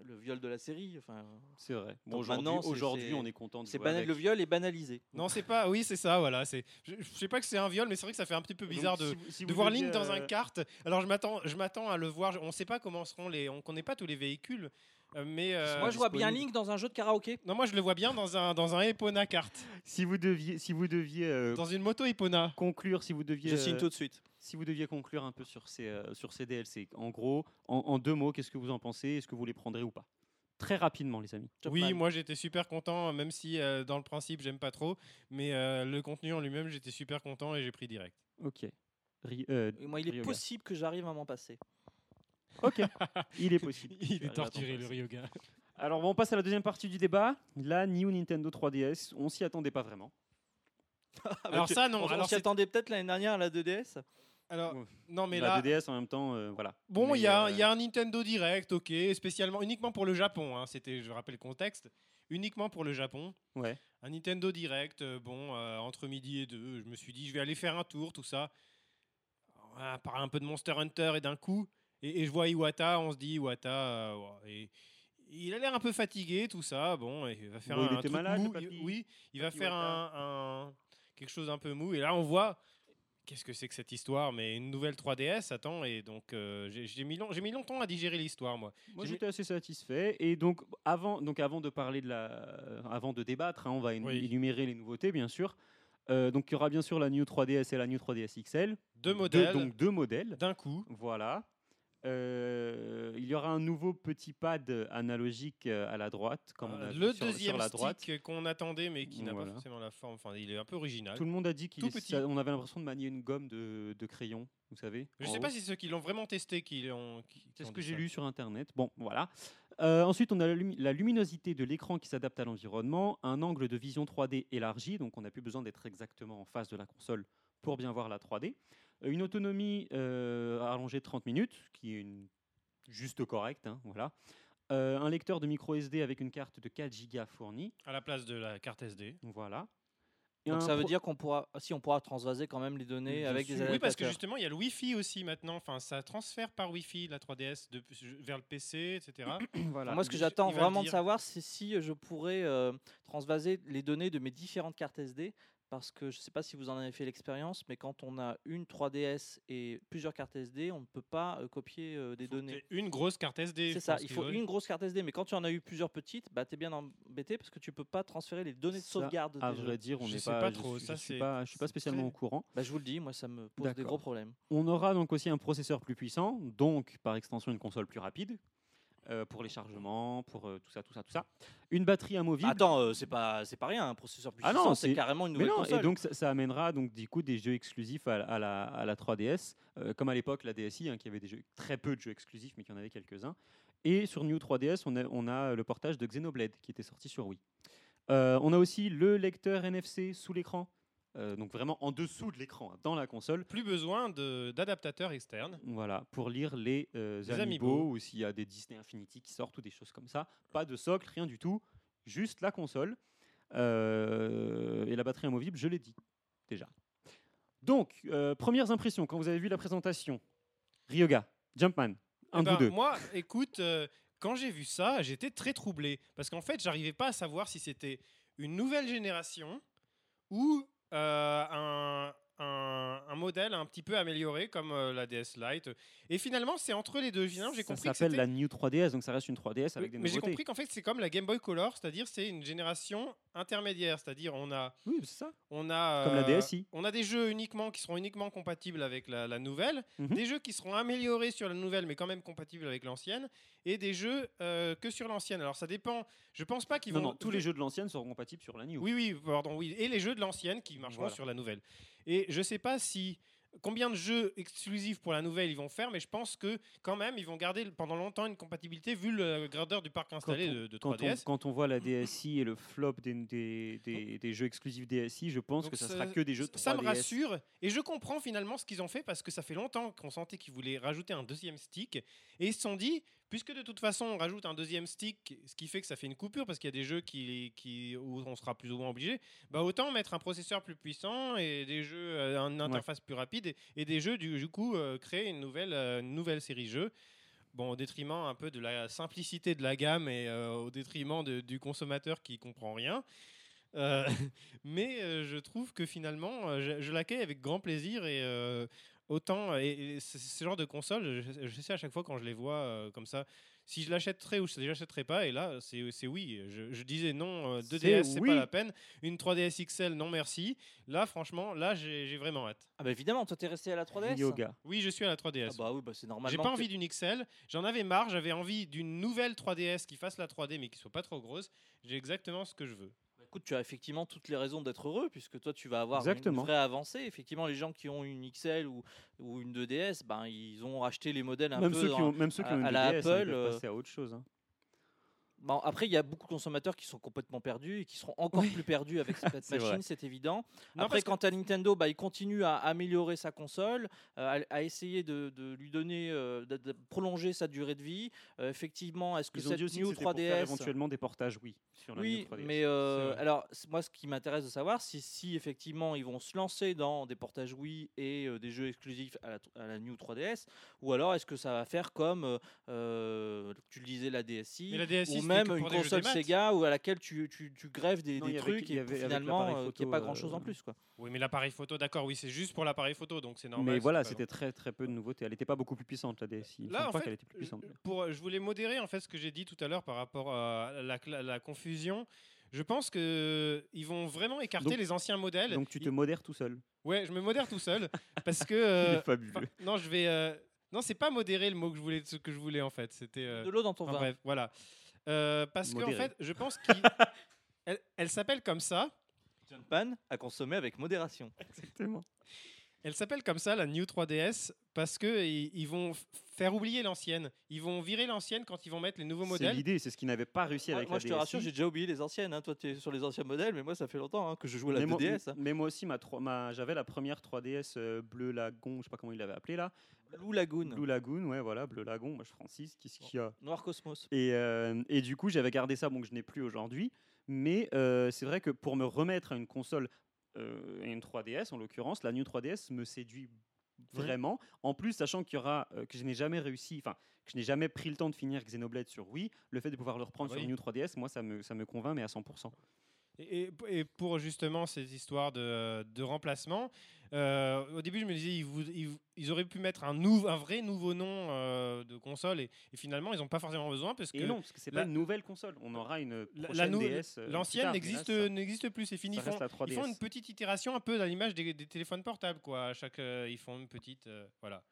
A: le viol de la série. Enfin,
D: C'est vrai. Bon,
A: Donc
D: aujourd'hui,
A: maintenant, c'est-
D: aujourd'hui,
A: c'est-
D: on est content de
A: c'est
D: jouer
A: banal,
D: avec.
A: le viol est banalisé.
B: Non, c'est pas. Oui, c'est ça. Voilà. C'est. Je, je sais pas que c'est un viol, mais c'est vrai que ça fait un petit peu
D: Donc,
B: bizarre de.
D: si vous- si
B: de
D: vous
B: voir
D: deviez,
B: Link dans un
D: euh,
B: kart. Alors je m'attends, je m'attends à le voir. On ne sait pas comment seront les, on connaît pas tous les véhicules, euh, mais euh,
A: Moi, je vois bien
D: disponible.
A: Link dans un jeu de karaoké.
B: non, moi je le vois bien dans un dans un Epona kart,
D: Si vous deviez, si vous deviez euh,
B: dans une moto Epona.
D: conclure, si vous deviez,
A: Je
D: euh,
A: signe tout de suite.
D: si vous deviez conclure un peu sur ces, euh, sur ces DLC, en gros, en, en deux mots, qu'est-ce que vous en pensez Est-ce que vous les prendrez ou pas Très rapidement, les amis.
B: Oui,
A: Chapman.
B: moi j'étais super content, même si euh, dans le principe j'aime pas trop, mais euh, le contenu en lui-même j'étais super content et j'ai pris direct.
D: Ok. Ri- euh,
A: Et moi, il est
D: Ryoga.
A: possible que j'arrive à m'en passer.
D: Ok. Il est possible.
B: Il
A: arrive à
B: est
A: t'en
B: torturé le
A: passer.
B: Ryoga.
D: Alors, bon, on passe à la deuxième partie du débat. Là, New Nintendo 3DS, on s'y attendait pas vraiment.
B: Alors ça non,
A: on on
B: alors
A: s'y
B: c'est-
A: attendait peut-être l'année dernière à la 2DS.
B: alors,
D: Ouais.
B: non mais
D: la
B: là
D: 2DS en même temps, euh, voilà.
B: Bon,
D: Mais,
B: il y, a un-
D: euh,
B: il y a un Nintendo Direct, ok, spécialement, uniquement pour le Japon. hein, C'était, je rappelle le contexte, uniquement pour le Japon.
D: euh, Ouais.
B: Un Nintendo Direct, euh, bon, euh, entre midi et deux, je me suis dit, je vais aller faire un tour, tout ça. On va parler un peu de Monster Hunter et d'un coup, et, et je vois Iwata, on se dit Iwata, euh, ouais, et- il a l'air un peu fatigué, tout ça. Bon, et il va faire
D: Bon,
B: un,
D: il était
B: truc
D: malade, le
B: mou,
D: papy-
B: il- oui, il va
D: papy
B: faire un, un- quelque chose un peu mou, et là on voit. Qu'est-ce que c'est que cette histoire Mais une nouvelle 3DS, attends, et donc euh, j'ai j'ai mis, long- j'ai mis longtemps à digérer l'histoire, moi.
D: Moi,
B: J'ai
D: j'étais assez satisfait. Et donc, avant, donc avant de parler de la, euh, avant de débattre, hein, on va énu-
B: Oui.
D: énumérer les nouveautés, bien sûr. Euh, donc, il y aura bien sûr la New 3DS et la New 3DS XL.
B: Deux modèles,
D: donc deux modèles.
B: d'un coup.
D: Voilà. Euh, il y aura un nouveau petit pad analogique euh, à la droite, comme on a
B: Euh,
D: vu
B: le
D: sur- sur
B: deuxième
D: la droite.
B: stick qu'on attendait, mais qui n'a
D: Voilà.
B: pas forcément la forme. Enfin, il est un peu original.
D: Ah, Tout le monde a dit qu'il
B: Tout
D: est-
B: petit.
D: ça- on avait l'impression de manier une gomme de, de crayon, vous savez.
B: Je
D: en
B: sais
D: haut.
B: pas si ceux qui l'ont vraiment testé, qui l'ont. qui- qui
D: C'est ce
B: ont
D: que
B: dit
D: j'ai
B: ça.
D: lu sur Internet. Bon, voilà. Euh, ensuite, on a la, lumi- la luminosité de l'écran qui s'adapte à l'environnement, un angle de vision 3D élargi, donc on n'a plus besoin d'être exactement en face de la console pour bien voir la 3D. Euh, Une autonomie euh, allongée de 30 minutes, qui est une- juste correcte, hein, voilà. Euh, un lecteur de micro SD avec une carte de 4 Go fournie,
B: À la place de la carte SD.
D: voilà. Et
A: Donc
D: un
A: ça veut
D: pro-
A: dire qu'on pourra, si on pourra transvaser quand même les données
D: Bien
A: avec des
D: sûr.
A: adaptateurs.
B: Oui, parce que justement, il y a le Wi-Fi aussi maintenant. Enfin, ça transfère par Wi-Fi la 3DS de- vers le PC, etc.
D: voilà.
A: Moi, ce que
B: il-
A: j'attends
B: il va le
A: vraiment de
B: dire.
A: savoir, c'est si je pourrais euh, transvaser les données de mes différentes cartes SD. Parce que je ne sais pas si vous en avez fait l'expérience, mais quand on a une 3DS et plusieurs cartes SD, on ne peut pas euh, copier euh, des
B: Faut que
A: données.
B: t'aies Une grosse carte SD.
A: C'est
B: je
A: ça,
B: pense
A: il
B: qu'il
A: faut
B: doit-
A: une grosse carte SD, mais quand tu en as eu plusieurs petites, bah t'es bien embêté parce que tu peux pas transférer les données de
D: Ça,
A: sauvegarde.
D: À
A: des jeux.
D: vrai dire, on
B: Je
D: n'est
B: sais
D: pas,
B: pas
D: je
B: trop,
D: suis-
B: ça,
D: je suis
B: c'est-
D: pas, je suis pas
B: c'est
D: spécialement
B: très-
D: au courant.
A: Bah, je vous le dis, moi ça me pose des
D: D'accord.
A: gros problèmes.
D: On aura donc aussi un processeur plus puissant, donc par extension une console plus rapide euh, pour les chargements, pour euh, tout ça, tout ça, tout ça. Une batterie amovible.
A: Attends, euh, c'est pas c'est pas rien, un processeur plus
D: Ah non,
A: puissant, c'est
D: c'est-
A: carrément une
D: Mais
A: nouvelle
D: non,
A: console.
D: et donc ça, ça amènera donc du coup des jeux exclusifs à, la- à la, à la 3DS, euh, comme à l'époque la DSi, hein, qui avait des jeux, très peu de jeux exclusifs, mais qui en avait quelques-uns. Et sur New 3DS, on a, on a le portage de Xenoblade qui était sorti sur Wii. Euh, on a aussi le lecteur NFC sous l'écran, euh, donc vraiment en dessous de l'écran, hein, dans la console.
B: Plus besoin de- d'adaptateurs externes.
D: Voilà, pour lire les, euh,
B: Les
D: amiibo,
B: amiibo.
D: ou s'il y a des Disney Infinity qui sortent ou des choses comme ça. Pas de socle, rien du tout, juste la console Euh, et la batterie amovible, je l'ai dit déjà. Donc, euh, premières impressions quand vous avez vu la présentation. Ryoga, Jumpman, un
B: Eh
D: bout
B: ben,
D: deux.
B: Moi, écoute, euh, quand j'ai vu ça, j'étais très troublé. Parce qu'en fait, j'arrivais pas à savoir si c'était une nouvelle génération ou euh, un, un- un modèle un petit peu amélioré comme euh, la DS Lite. Et finalement, c'est entre les deux. Finalement, j'ai
D: ça
B: compris que
D: s'appelle
B: c'était-
D: la New 3DS, donc ça reste une 3DS avec
B: Oui,
D: des
B: mais j'ai
D: nouveautés.
B: compris qu'en fait, c'est comme la Game Boy Color, c'est-à-dire c'est une génération intermédiaire, c'est-à-dire on a,
D: Oui, c'est ça.
B: on a,
D: Comme la
B: euh,
D: DSi.
B: on a des jeux uniquement qui seront uniquement compatibles avec la, la nouvelle,
D: Mhm.
B: des jeux qui seront améliorés sur la nouvelle mais quand même compatibles avec l'ancienne, et des jeux euh, que sur l'ancienne. Alors ça dépend. Je pense pas qu'ils
D: Non,
B: vont
D: non, tous les jeux de l'ancienne seront compatibles sur la New.
B: oui, oui, pardon, oui. Et les jeux de l'ancienne qui marcheront
D: Voilà.
B: sur la nouvelle. Et je sais pas si combien de jeux exclusifs pour la nouvelle ils vont faire, mais je pense que quand même ils vont garder pendant longtemps une compatibilité vu la grandeur du parc installé
D: on-
B: de, de
D: Quand on,
B: 3DS.
D: quand on voit la DSI et le flop des, des, des- des jeux exclusifs DSI, je pense
B: Donc
D: que ça,
B: ça-
D: sera que des jeux 3DS.
B: Ça me rassure et je comprends finalement ce qu'ils ont fait parce que ça fait longtemps qu'on sentait qu'ils voulaient rajouter un deuxième stick et ils se sont dit puisque de toute façon on rajoute un deuxième stick, ce qui fait que ça fait une coupure parce qu'il y a des jeux qui, qui où on sera plus ou moins obligé, bah autant mettre un processeur plus puissant et des jeux euh, une interface plus rapide et, et des jeux du, du coup euh, créer une nouvelle euh, une nouvelle série jeux. Bon, au détriment un peu de la simplicité de la gamme et euh, au détriment de- du consommateur qui comprend rien. Euh, mais euh, je trouve que finalement, euh, je, je l'accueille avec grand plaisir et euh, autant. Et, et ce, ce genre de console, je, je sais à chaque fois quand je les vois euh, comme ça, si je l'achèterais ou je ne l'achèterais pas. Et là, c'est c'est oui. Je, je disais non, euh,
D: C'est
B: 2DS, c'est
D: oui.
B: pas la peine. Une 3DS XL, non merci. Là, franchement, là, j'ai j'ai vraiment hâte.
A: Ah bah évidemment, toi t'es resté à la 3DS.
D: Yoga.
B: Oui, je suis à la
A: Ah
B: 3DS.
A: bah oui, bah c'est normal.
B: J'ai pas envie d'une XL, j'en avais marre, j'avais envie d'une nouvelle 3DS qui fasse la 3D mais qui soit pas trop grosse. J'ai exactement ce que je veux.
A: Bah, Écoute, tu as effectivement toutes les raisons d'être heureux puisque toi tu vas avoir une-
D: Exactement.
A: une vraie avancée. Effectivement, les gens qui ont une XL ou, ou une 2DS, ben ils ont acheté les modèles un
D: Même
A: peu
D: ceux, qui
A: dans-
D: ont, même ceux qui
A: à-
D: ont une
A: à la
D: DS, hein, ils
A: Apple,
D: peuvent
A: euh,
D: passer à autre chose. hein.
A: Bon, après, il y a beaucoup de consommateurs qui sont complètement perdus et qui seront encore plus perdus avec cette
D: C'est vrai.
A: machine, c'est évident.
B: Non,
A: après,
B: parce que-
A: quant à Nintendo, bah, il continue à améliorer sa console, euh, à, à essayer de, de lui donner, euh, de, de prolonger sa durée de vie. Euh, effectivement, est-ce que
D: Ils ont
A: cette
D: dit aussi que
A: New
D: c'était pour faire
A: 3DS
D: éventuellement des portages, oui, sur la
A: oui,
D: New 3DS.
A: mais euh,
B: C'est vrai.
A: alors c- moi, ce qui m'intéresse de savoir, c'est si effectivement ils vont se lancer dans des portages Wii et euh, des jeux exclusifs à la, tr- à la New 3DS, ou alors est-ce que ça va faire comme euh, euh, tu le disais la DSi,
B: Mais la DSi,
A: ou
B: c'était
A: même
B: que
A: une
B: pour des jeux
A: console
B: des maths.
A: Sega ou à laquelle tu, tu, tu greffes des,
D: Non,
A: des
D: il y avait-
A: truc
D: il y
A: et
D: avait
A: pour
D: avec
A: finalement
D: l'appareil
A: euh, qu'il n'y ait pas
D: photo,
A: grand chose en
D: euh,
A: plus quoi.
B: Oui, mais l'appareil photo, d'accord, oui, c'est juste pour l'appareil photo donc c'est normal.
D: mais
B: c'est
D: voilà,
B: pas
D: c'était très très peu de nouveautés. Elle n'était pas beaucoup plus puissante la DSi. Il me
B: Là,
D: semble
B: en
D: pas
B: fait,
D: qu'elle était plus
B: je-
D: puissante. d'ailleurs.
B: Pour, euh, je voulais modérer en fait ce que j'ai dit tout à l'heure par rapport à la, la- la confusion. Je pense que euh, ils vont vraiment écarter
D: Donc-
B: les anciens modèles.
D: Donc tu te
B: Ils-
D: modères tout seul.
B: Ouais, je me modère tout seul parce que
D: Il
B: euh,
D: est fabuleux.
B: Enfin, non, je vais. euh, Non, c'est pas modéré le mot que je voulais, ce que je voulais en fait. C'était. euh,
A: De l'eau dans ton
B: Enfin,
A: vin.
B: bref, voilà. Euh, parce qu'en
D: Modéré.
B: fait, je pense qu'elle elle, s'appelle comme ça.
C: John Pan à consommer avec modération.
D: Exactement.
B: Elle s'appelle comme ça la New 3DS parce que i- ils vont f- faire oublier l'ancienne. Ils vont virer l'ancienne quand ils vont mettre les nouveaux
D: C'est
B: modèles.
D: l'idée, c'est ce qu'ils n'avaient pas réussi
C: Moi,
D: avec
C: moi,
D: la
C: je te
D: DSi.
C: rassure, j'ai déjà oublié les anciennes. hein. Toi, tu es sur les anciens modèles, mais moi, ça fait longtemps hein, que je joue à la
D: mais, moi,
C: 2DS. hein.
D: mais moi aussi, ma, trois- ma- j'avais la première 3DS euh, Bleu Lagon, je sais pas comment il l'avait appelé là.
C: Blue Lagoon,
D: Blue Lagoon, ouais, voilà, Bleu Lagon. Moi, je Francis, qu'est-ce qu'il y a
A: Noir Cosmos.
D: Et, euh, et du coup, j'avais gardé ça, bon, que je n'ai plus aujourd'hui. Mais euh, c'est vrai que pour me remettre à une console, euh, à une 3DS en l'occurrence, la New 3DS me séduit
B: Ouais.
D: vraiment. En plus, sachant qu'il y aura, euh, que je n'ai jamais réussi, enfin, que je n'ai jamais pris le temps de finir Xenoblade sur Wii, le fait de pouvoir le reprendre
B: Ah
D: sur
B: oui.
D: New 3DS, moi, ça me, ça me convainc, mais à 100%.
B: Et, et- et pour justement ces histoires de, de remplacement, euh, au début je me disais ils, vou- ils vou- ils auraient pu mettre un, nou- un vrai nouveau nom euh, de console et, et finalement ils n'ont pas forcément besoin parce que
D: Et non, parce que c'est
B: la-
D: pas une nouvelle console. On aura une
B: la- la
D: prochaine
B: nou-
D: DS. euh, plus
B: l'ancienne
D: tard, mais là,
B: n'existe
D: ça-
B: n'existe plus. C'est fini.
D: ça
B: Ils font-
D: reste la
B: Ils
D: 3DS.
B: font une petite itération un peu à l'image des, des téléphones portables, quoi. À Chaque, euh, ils font une petite, euh, voilà.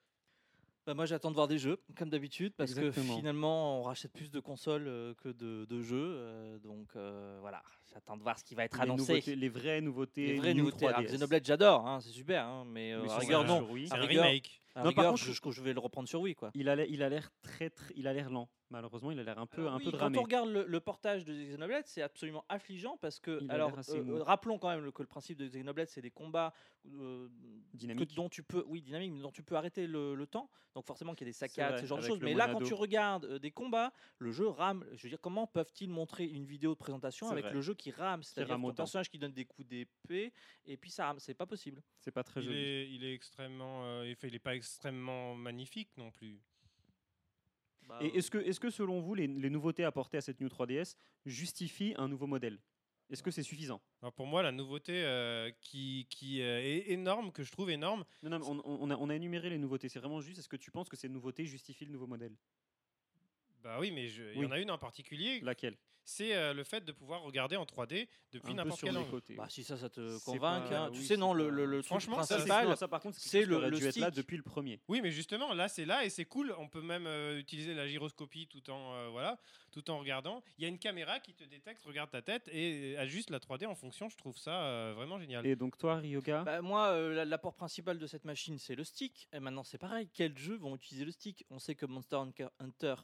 A: Bah, moi, j'attends de voir des jeux, comme d'habitude, parce
D: Exactement.
A: que finalement, on rachète plus de consoles euh, que de, de jeux. euh, donc euh, voilà, j'attends de voir ce qui va être
D: les,
A: annoncé.
D: nouveautés- les vraies nouveautés.
A: Les vraies
D: New
A: nouveautés. Alors,
D: 3DS.
A: Xenoblade, j'adore, hein, c'est super, hein, mais euh,
D: Mais
A: à
D: sur
A: rigueur,
D: la-
A: non.
D: sur Wii.
B: C'est un
A: À rigueur,
B: remake.
A: À
D: Non, par
A: rigueur,
D: contre,
A: je, je- je vais le reprendre sur Wii, quoi.
D: Il a, l'air- il a l'air très, très- il a l'air lent. Malheureusement, il a l'air un peu,
A: Alors
D: un
A: Euh, oui,
D: peu
A: quand
D: dramé.
A: on regarde le, le portage de Xenoblade, c'est absolument affligeant parce que,
D: Il a
A: alors,
D: l'air assez
A: euh,
D: mou.
A: rappelons quand même le- que le principe de Xenoblade, c'est des combats euh, que,
D: Dynamique.
A: dont tu peux, oui, dynamique, mais dont tu peux arrêter le, le temps. Donc forcément qu'il y a des saccades,
D: vrai,
A: ce genre de
D: avec
A: choses.
D: le
A: Mais là, quand
D: Monado.
A: tu regardes euh, des combats, le jeu rame. Je veux dire, comment peuvent-ils montrer une vidéo de présentation
D: C'est
A: avec
D: vrai.
A: le jeu qui rame, c'est-à-dire
D: rame
A: ton
D: autant.
A: personnage qui donne des coups d'épée et puis ça rame, c'est pas possible.
D: C'est pas très
B: Il
D: joli.
B: est, il est extrêmement, euh, il fait- il est pas extrêmement magnifique non plus.
A: Bah,
D: Et est-ce que, est que, selon vous, les, les nouveautés apportées à cette New 3DS justifient un nouveau modèle Est-ce que c'est suffisant
B: Alors pour moi, la nouveauté euh, qui, qui euh, est énorme, que je trouve énorme,
D: Non, non, mais on, on- on a, on a énuméré les nouveautés. C'est vraiment juste, est-ce que tu penses que ces nouveautés justifient le nouveau modèle
B: bah oui, mais je- il y
D: Oui.
B: en a une en particulier,
D: Laquelle
B: c'est euh, le fait de pouvoir regarder en 3D depuis
D: Un peu
B: n'importe
D: sur
B: quel
D: les
B: angle.
D: côtés.
A: bah, si ça, ça te
D: C'est
A: convainc,
D: pas-
A: hein. tu
D: oui,
A: sais,
D: c'est
A: non, le,
D: pas-
A: le- le truc
B: Franchement, ça, c'est-
A: principal.
D: non, ça, par contre,
A: c'est
D: c'est
A: le-
D: le,
A: le
D: dû être là
A: stick.
D: depuis le premier.
B: Oui, mais justement, là, c'est là et c'est cool. On peut même euh, utiliser la gyroscopie tout en, euh, voilà, tout en regardant. Il y a une caméra qui te détecte, regarde ta tête et euh, ajuste la 3D en fonction. Je trouve ça euh, vraiment génial.
D: Et donc, toi,
B: Hein
D: Ryoga
A: Bah, moi, euh, la- l'apport principal de cette machine, c'est le stick. Et maintenant, c'est pareil. Quels jeux vont utiliser le stick On sait que Monster Hunter, Hunter,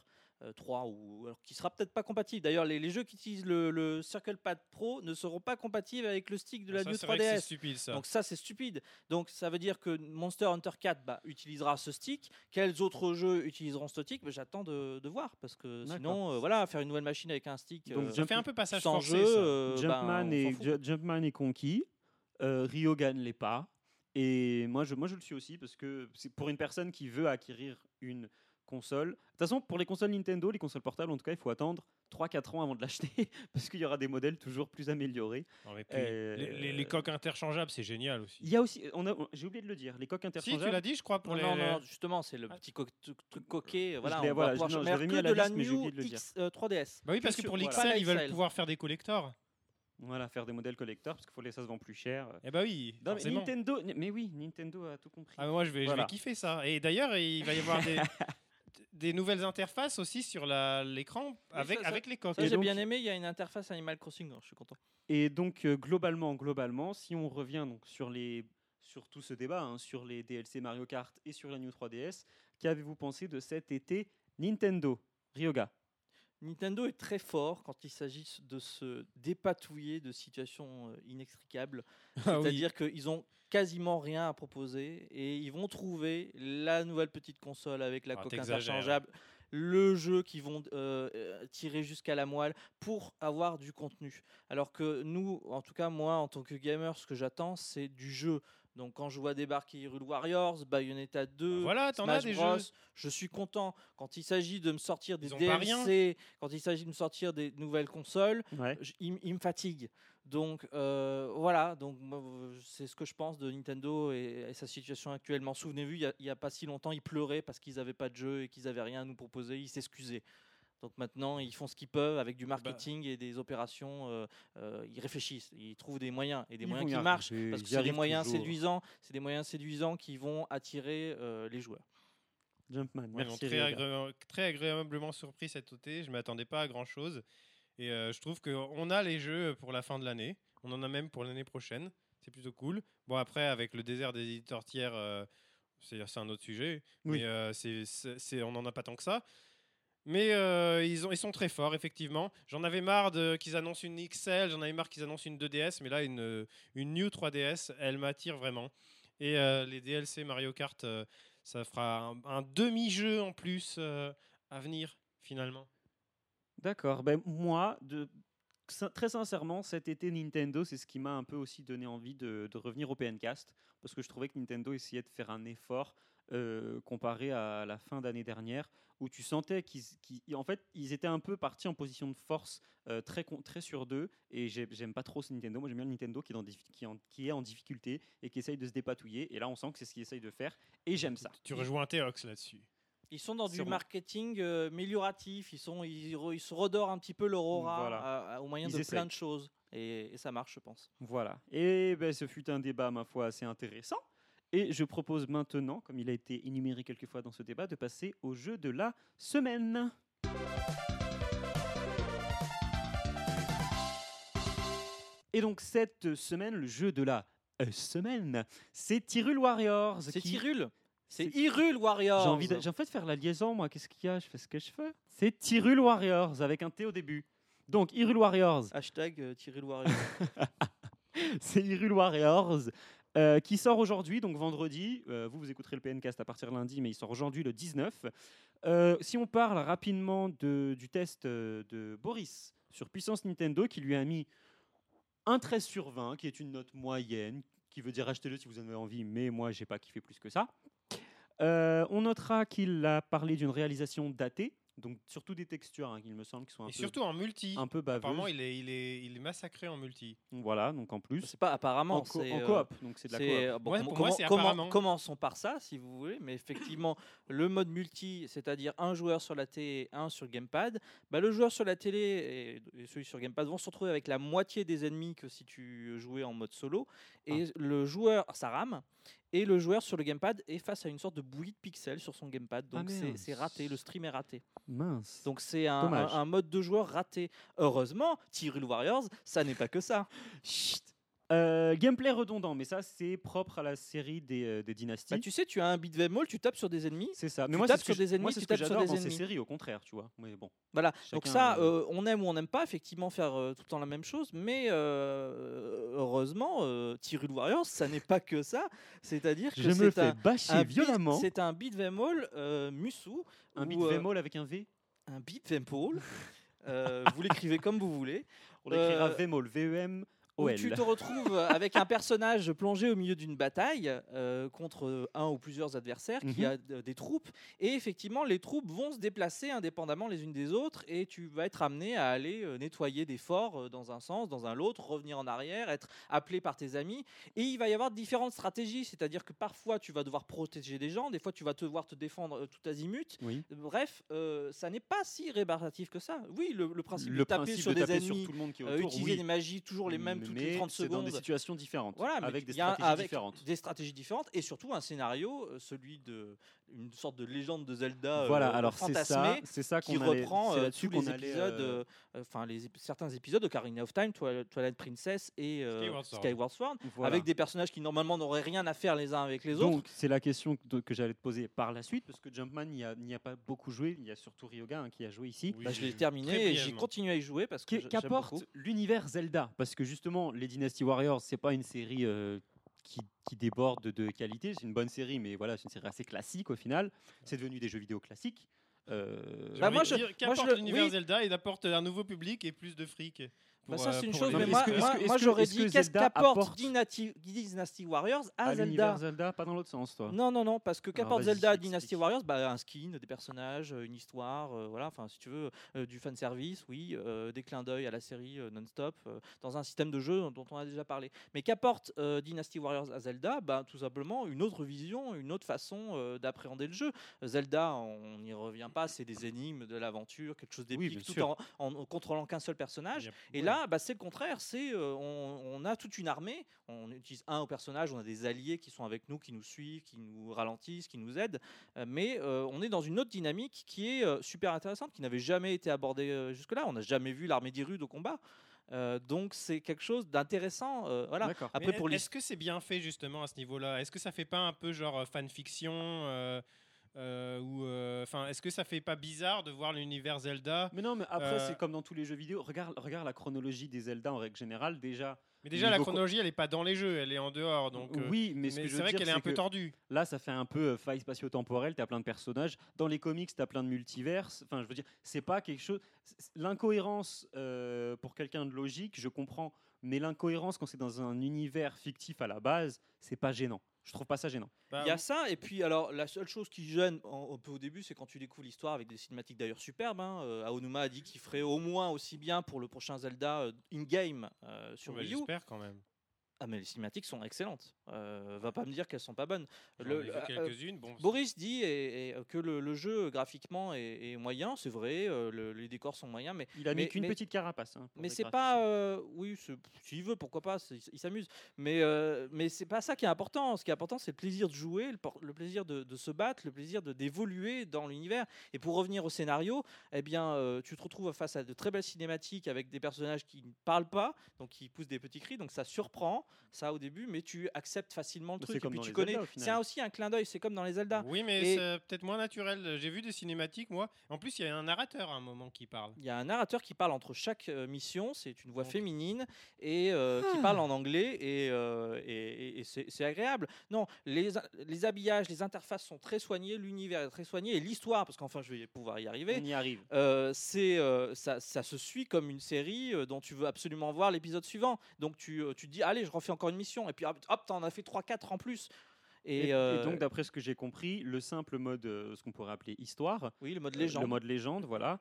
A: euh, 3, ou, alors, qui sera peut-être pas compatible. D'ailleurs, les, les jeux qui utilisent le, le Circle Pad Pro ne seront pas compatibles avec le stick de la
B: Ah, Ça,
A: New
B: c'est vrai que C'est
A: 3DS.
B: stupide ça.
A: Donc ça, c'est stupide. Donc ça veut dire que Monster Hunter 4 bah, utilisera ce stick. Quels autres jeux utiliseront ce stick Bah, J'attends de, de voir. Parce que
D: D'accord.
A: sinon, euh, voilà, faire une nouvelle machine avec un stick
D: Donc,
A: euh,
B: ça fait un peu passage
A: sans
B: forcé.
A: jeu,
B: ça.
A: euh,
D: Jumpman,
A: ben, on s'en
D: est,
A: fout.
D: Ju- Jumpman est conquis, euh, Ryoga ne l'est pas, et moi je, moi je le suis aussi parce que c'est pour une personne qui veut acquérir une console. De toute façon, pour les consoles Nintendo, les consoles portables en tout cas, il faut attendre 3-4 ans avant de l'acheter parce qu'il y aura des modèles toujours plus améliorés.
B: Non, mais puis,
D: Euh,
B: les, les- les coques interchangeables, c'est génial
D: Il
B: aussi.
D: y a aussi, on a- on- j'ai oublié de le dire, les coques
B: Si, tu
D: interchangeables.
B: l'as dit, je crois, pour
A: non,
B: les.
A: non, non, justement, c'est le
B: Ah.
A: petit co- tru- truc coquet. euh, Voilà,
D: l'ai-
A: on
D: voilà,
A: va pouvoir
D: je- non, je
A: mais
D: l'avais mis
A: que
D: à la
A: de la
D: liste, mais j'ai
A: New
D: oublié de le dire.
A: X, euh, 3DS.
B: Bah oui, parce
D: Que
B: que pour
D: sur-
B: l'XL,
A: voilà.
B: ils
A: XL.
B: veulent pouvoir faire des collectors.
D: voilà, faire des modèles collecteurs parce qu'il faut les ça se vend plus cher.
B: Eh bah oui,
D: Non, mais
B: forcément.
D: Nintendo, mais oui, Nintendo a tout compris.
B: Ah, mais moi, je vais, je
D: Voilà.
B: vais kiffer ça. Et d'ailleurs, il va y avoir des, des nouvelles interfaces aussi sur la- l'écran
A: Oui,
B: avec,
A: ça, ça-
B: avec les coques.
A: Ça,
B: Ah
D: Et
A: j'ai
D: donc-
A: bien aimé. Il y a une interface Animal Crossing. donc je suis content.
D: Et donc euh, globalement, globalement, si on revient donc sur les sur tout ce débat hein, sur les DLC Mario Kart et sur la New 3DS, qu'avez-vous pensé de cet été Nintendo Ryoga
A: Nintendo est très fort quand il s'agit de se dépatouiller de situations euh, inextricables.
B: Ah oui.
A: C'est-à-dire qu'ils ont quasiment rien à proposer et ils vont trouver la nouvelle petite console avec la
B: Ah,
A: coque
B: t'exagères.
A: interchangeable, le jeu qu'ils vont euh, euh, tirer jusqu'à la moelle pour avoir du contenu. Alors que nous, en tout cas moi, en tant que gamer, ce que j'attends, c'est du jeu. Donc quand je vois débarquer Hyrule Warriors, Bayonetta 2,
B: Voilà, Bah t'en as
A: Smash
B: des
A: Bros,
B: jeux.
A: Je suis content quand il s'agit de me sortir des
B: Ils ont pas
A: DLC, quand il s'agit de me sortir des nouvelles consoles,
D: ouais.
A: je- ils, m- ils me fatiguent. Donc euh, voilà, donc moi, euh, c'est ce que je pense de Nintendo et, et sa situation actuellement. Souvenez-vous, il y a- il n'y a, pas si longtemps, ils pleuraient parce qu'ils n'avaient pas de jeu et qu'ils n'avaient rien à nous proposer. Ils s'excusaient. Donc maintenant, ils font ce qu'ils peuvent avec du marketing et des opérations. euh, euh, ils réfléchissent, ils trouvent des moyens et des moyens qui marchent. Parce que c'est des moyens séduisants, c'est des moyens séduisants qui vont attirer euh, les joueurs.
D: Jumpman.
B: Ils m'ont
D: Merci.
B: très,
D: les gars.
B: agré- très agréablement surpris cet OT. Je m'attendais pas à grand chose. Et euh, je trouve qu'on a les jeux pour la fin de l'année. On en a même pour l'année prochaine. C'est plutôt cool. Bon, après, avec le désert des éditeurs tiers, euh, c'est c'est un autre sujet.
D: Oui.
B: Mais euh, c'est- c'est- c'est- on n'en a pas tant que ça. Mais euh, ils, ont, ils sont très forts, effectivement. J'en avais marre de- qu'ils annoncent une XL, j'en avais marre qu'ils annoncent une 2DS, mais là, une, une New 3DS, elle m'attire vraiment. Et euh, les DLC Mario Kart, euh, ça fera un, un demi-jeu en plus euh, à venir, finalement.
D: D'accord. Ben, moi, de... sin- très sincèrement, cet été, Nintendo, c'est ce qui m'a un peu aussi donné envie de, de revenir au PNcast, parce que je trouvais que Nintendo essayait de faire un effort euh, comparé à la fin d'année dernière, où tu sentais qu'ils, qu'ils- en fait, ils étaient un peu partis en position de force, euh, très, con- très sur deux, et j'ai- j'aime pas trop ce Nintendo, moi j'aime bien le Nintendo qui est, dans dif- qui, en- qui est en difficulté et qui essaye de se dépatouiller, et là on sent que c'est ce qu'ils essayent de faire, et j'aime ça.
B: Tu rejoins Théox là-dessus.
A: Ils sont dans du
D: Sûrement.
A: marketing euh, amélioratif, ils, sont, ils, re- ils se redorent un petit peu leur aura
D: Voilà.
A: à- à- au moyen
D: Ils
A: de
D: essayent.
A: plein de choses. Et, et ça marche, je pense.
D: Voilà. Et ben, ce fut un débat, ma foi, assez intéressant. Et je propose maintenant, comme il a été énuméré quelques fois dans ce débat, de passer au jeu de la semaine. Et donc cette semaine, le jeu de la euh, semaine, c'est Tyrul Warriors.
A: C'est
D: qui-
A: Hyrule C'est
D: C'est-
A: Hyrule Warriors
D: J'ai envie de, j'ai envie de faire la liaison, moi. Qu'est-ce qu'il y a Je fais ce que je veux. C'est Tyrul Warriors, avec un T au début. Donc, Hyrule Warriors,
A: Hashtag euh, Hyrule Warriors.
D: c'est Hyrule Warriors euh, qui sort aujourd'hui, donc vendredi. Euh, vous, vous écouterez le PNcast à partir de lundi, mais il sort aujourd'hui le 19. Euh, si on parle rapidement de- du test euh, de Boris sur Puissance Nintendo, qui lui a mis un 13 sur 20, qui est une note moyenne, qui veut dire achetez-le si vous en avez envie, mais moi, j'ai pas kiffé plus que ça. Euh, on notera qu'il a parlé d'une réalisation datée, donc surtout des textures, hein, qu'il me semble, qui sont un
B: Et
D: peu,
B: surtout en multi.
D: un peu baveuses.
B: Apparemment, il est, il, est, il est massacré en multi.
D: Voilà, donc en plus.
A: Ah, c'est pas apparemment.
D: en, co-
A: c'est,
D: en
A: euh,
D: coop, donc c'est de la coop.
A: C'est, euh, bon,
B: Ouais,
A: comment-
B: pour moi,
A: comment-
B: c'est
A: comment-
B: apparemment.
A: Commençons par ça, si vous voulez. Mais effectivement, le mode multi, c'est-à-dire un joueur sur la télé et un sur le gamepad, bah, le joueur sur la télé et, et celui sur gamepad vont se retrouver avec la moitié des ennemis que si tu jouais en mode solo. Et
D: Ah.
A: le joueur, ça rame. Et le joueur sur le gamepad est face à une sorte de bouillie de pixels sur son gamepad.
D: Ah,
A: Donc c'est-
D: merde.
A: c'est raté, le stream est raté.
D: Mince.
A: Donc c'est un,
D: Dommage.
A: un- un mode de joueur raté. Heureusement, Tyrul Warriors, ça n'est pas que ça.
D: Chut. Euh, gameplay redondant, mais ça c'est propre à la série des, euh, des dynasties.
A: Bah, tu sais, tu as un beat'em all, tu tapes sur des ennemis.
D: c'est ça. Mais
A: tu
D: moi,
A: tapes
D: c'est ce
A: sur
D: que
A: des
D: je- moi,
A: ennemis,
D: c'est
A: tu
D: ce que
A: tapes sur
D: j'adore
A: des
D: dans ces
A: ennemis.
D: séries, au contraire, tu vois. Mais bon.
A: Voilà. Donc
D: chacun,
A: ça,
D: euh,
A: euh, on aime ou on n'aime pas effectivement faire euh, tout le temps la même chose, mais euh, heureusement, euh, Tyrul Warriors, ça n'est pas que ça. C'est-à-dire que
D: je me
A: c'est
D: fais
A: un,
D: bâcher
A: un beat-
D: violemment.
A: c'est un beat'em all euh, Musou,
D: Un
A: ou,
D: beat
A: euh,
D: bémol avec un V.
A: un beat'em all. euh, vous l'écrivez comme vous voulez.
D: On l'écrira
A: euh,
D: vémol, V-E-M.
A: Où
D: OL.
A: tu te retrouves euh, avec un personnage plongé au milieu d'une bataille euh, contre un ou plusieurs adversaires qui
D: Mhm.
A: a d- des troupes. Et effectivement, les troupes vont se déplacer indépendamment les unes des autres et tu vas être amené à aller euh, nettoyer des forts euh, dans un sens, dans un l'autre, revenir en arrière, être appelé par tes amis. Et il va y avoir différentes stratégies, c'est-à-dire que parfois tu vas devoir protéger des gens, des fois tu vas devoir te défendre euh, tout azimut.
D: Oui.
A: Bref, euh, ça n'est pas si rébarbatif que ça. Oui, le, le principe
D: Le
A: de taper
D: principe
A: sur
D: de
A: des
D: taper
A: ennemis.
D: sur tout le monde qui est
A: euh,
D: autour.
A: utiliser
D: oui.
A: des magies toujours les mêmes toutes les
D: Mais
A: 30
D: c'est dans
A: secondes.
D: des situations différentes.
A: Voilà, mais
D: avec des
A: il y a un-
D: stratégies
A: avec
D: différentes.
A: Des stratégies différentes et surtout un scénario, euh, celui de une sorte de légende de Zelda euh,
D: Voilà, alors c'est ça,
A: fantasmée,
D: c'est ça qu'on
A: qui
D: allait-
A: reprend
D: c'est
A: euh,
D: là-dessus
A: tous les
D: qu'on allait,
A: épisodes,
D: euh,
A: euh, euh, enfin les ép- certains épisodes de Karina of Time, Toil- Twilight Princess et euh,
B: Skyward Sword.
A: Sword,
D: voilà.
A: euh, avec des personnages qui normalement n'auraient rien à faire les uns avec les autres.
D: Donc, c'est la question que- de- que j'allais te poser par la suite, parce que Jumpman n'y a, n'y a pas beaucoup joué. Il y a surtout Ryoga hein, qui a joué ici.
B: Oui,
A: Bah, je
B: j'ai
A: l'ai
B: vu.
A: terminé
B: Très
A: et j'ai
B: brièvement.
A: continué à y jouer parce que
D: Qu'est-
A: je- j'aime beaucoup.
D: Qu'apporte l'univers Zelda Parce que justement, les Dynasty Warriors, c'est pas une série euh, qui, qui déborde de- de qualité. C'est une bonne série, mais voilà, c'est une série assez classique au final. C'est devenu des jeux vidéo classiques. Euh,
B: J'ai
A: Bah,
B: envie
A: moi,
B: de
A: je-
B: dire
A: moi, je
B: Qu'apporte
A: le-
B: l'univers
A: oui.
B: Zelda Il apporte un nouveau public et plus de fric.
A: Bah,
B: pour,
A: ça,
B: euh,
A: c'est une
B: pour
A: chose,
B: les
A: mais
D: est-ce
A: moi,
D: que- est-ce
A: moi-
D: que- est-ce
A: moi,
D: que-
A: j'aurais
D: est-ce que
A: dit qu'est-ce
D: Zelda
A: qu'apporte
D: apporte
A: Dynati- Dynasty Warriors à
D: à
A: Zelda
D: l'univers Ah, Zelda, pas dans l'autre sens, toi.
A: Non, non, non, parce que
D: Alors,
A: qu'apporte
D: vas-y,
A: Zelda à
D: explique.
A: Dynasty Warriors bah, Un skin, des personnages, euh, une histoire, euh, voilà, enfin, si tu veux, euh, du fanservice, oui, euh, des clins d'œil à la série euh, non-stop, euh, dans un système de jeu dont- dont on a déjà parlé. Mais qu'apporte euh, Dynasty Warriors à Zelda bah, Tout simplement une autre vision, une autre façon euh, d'appréhender le jeu. Zelda, on n'y revient pas, c'est des énigmes, de l'aventure, quelque chose d'épique,
D: bien
A: tout
D: sûr.
A: en, en contrôlant qu'un seul personnage.
B: Il y a-
A: Et Là,
B: ouais,
A: bah, c'est le contraire. C'est euh, on, on a toute une armée. On utilise un au personnage. On a des alliés qui sont avec nous, qui nous suivent, qui nous ralentissent, qui nous aident. Euh, mais euh, on est dans une autre dynamique qui est euh, super intéressante, qui n'avait jamais été abordée euh, jusque-là. On n'a jamais vu l'armée d'Irud au combat. Euh, donc c'est quelque chose d'intéressant. euh, voilà.
D: D'accord.
A: Après
B: Mais
A: pour les
B: Est-ce que c'est bien fait justement à ce niveau-là Est-ce que ça fait pas un peu genre euh, fanfiction euh, euh, ou euh, enfin est-ce que ça fait pas bizarre de voir l'univers Zelda
D: Mais non, mais après,
B: Euh,
D: c'est comme dans tous les jeux vidéo. Regarde, regarde la chronologie des Zelda en règle générale. Déjà,
B: Mais déjà la
D: Niveau co-
B: chronologie elle est pas dans les jeux, elle est en dehors donc. euh,
D: oui, mais,
B: mais
D: ce que je
B: c'est
D: veux
B: vrai
D: dire,
B: qu'elle est un
D: c'est
B: peu
D: que
B: tordue.
D: Là, ça fait un peu euh, faille spatio-temporelle. T'as plein de personnages. Dans les comics, t'as plein de multiverses. Enfin, je veux dire, c'est pas quelque chose. c'est- c'est- L'incohérence euh, pour quelqu'un de logique, je comprends. Mais l'incohérence quand c'est dans un univers fictif à la base, c'est pas gênant. Je trouve pas ça gênant.
B: Bah,
A: Il y a ça, et puis alors la seule chose qui gêne en- un peu au début, c'est quand tu découvres l'histoire avec des cinématiques d'ailleurs superbes. hein. Euh, Aonuma a dit qu'il ferait au moins aussi bien pour le prochain Zelda euh, in-game euh, sur
B: bah,
A: Wii U.
B: J'espère quand même.
A: Ah mais les cinématiques sont excellentes. Euh, va pas me dire qu'elles sont pas bonnes.
B: Le,
A: Le- euh,
B: quelques-unes. Bon,
A: Boris dit et- et, euh, que le, le jeu graphiquement est, est moyen, c'est vrai, euh, le- les décors sont moyens, mais
D: Il a
A: Mais-
D: mis qu'une
A: mais-
D: petite carapace. hein, pour
A: mais
D: les
A: c'est
D: graphismes.
A: pas, euh, oui, c'est- s'il veut, pourquoi pas, c'est- il s'amuse. Mais euh, mais c'est pas ça qui est important. Ce qui est important, c'est le plaisir de jouer, le, por- le plaisir de, de se battre, le plaisir de d'évoluer dans l'univers. Et pour revenir au scénario, eh bien, euh, tu te retrouves face à de très belles cinématiques avec des personnages qui ne parlent pas, donc qui poussent des petits cris, donc ça surprend, ça au début, mais tu acceptes facilement le
D: Mais c'est
A: truc. Et
D: comme
A: puis
D: dans
A: tu
D: les
A: connais.
D: Zelda, au
A: C'est
D: final.
A: aussi un clin d'œil. C'est comme dans les Zelda.
B: Oui, mais
A: Et-
B: c'est euh, peut-être moins naturel. J'ai vu des cinématiques, moi. En plus, il y a un narrateur à un moment qui parle.
A: Il y a un narrateur qui parle entre chaque euh, mission, c'est une voix
B: Donc.
A: féminine, et euh,
D: Ah.
A: qui parle en anglais, et, euh, et- et- et c'est c'est agréable. Non, les, les habillages, les interfaces sont très soignés, l'univers est très soigné, et l'histoire, parce qu'enfin je vais pouvoir y arriver,
D: On y arrive.
A: euh, c'est euh, ça, ça se suit comme une série euh, dont tu veux absolument voir l'épisode suivant. Donc tu, euh, tu te dis, allez, je refais encore une mission, et puis hop, hop, t'en as fait 3-4 en plus.
D: Et,
A: Et,
D: et
A: euh,
D: donc, d'après ce que j'ai compris, le simple mode, euh, ce qu'on pourrait appeler histoire,
A: oui, le mode
D: Euh,
A: légende.
D: Le mode légende, voilà.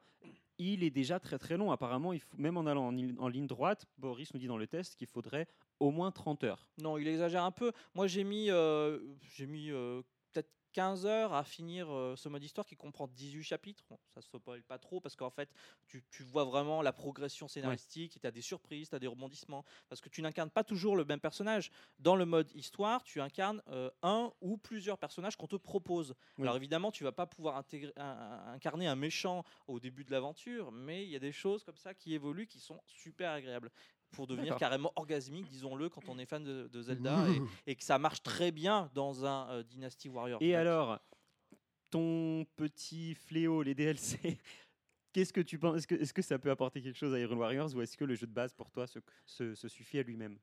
D: Il est déjà très très long. Apparemment, il faut- même en allant en, ligne- en ligne droite, Boris nous dit dans le test qu'il faudrait au moins 30 heures.
A: Non, il exagère un peu. Moi, j'ai mis, euh, j'ai mis euh, peut-être 15 heures à finir euh, ce mode histoire qui comprend 18 chapitres. Bon, ça se spoil pas trop parce qu'en fait, tu, tu vois vraiment la progression scénaristique et tu as des surprises, tu as des rebondissements. Parce que tu n'incarnes pas toujours le même personnage. Dans le mode histoire, tu incarnes euh, un ou plusieurs personnages qu'on te propose.
D: Oui.
A: Alors évidemment, tu vas pas pouvoir intégrer- un- un- incarner un méchant au début de l'aventure, mais il y a des choses comme ça qui évoluent qui sont super agréables pour devenir
D: D'accord.
A: carrément orgasmique, disons-le, quand on est fan de, de Zelda et, et que ça marche très bien dans un euh, Dynasty Warrior.
D: Et
A: Remake.
D: alors, ton petit fléau, les DLC, qu'est-ce que tu penses Est-ce que, est-ce que ça peut apporter quelque chose à Iron Warriors ou est-ce que le jeu de base pour toi se, se- se suffit à lui-même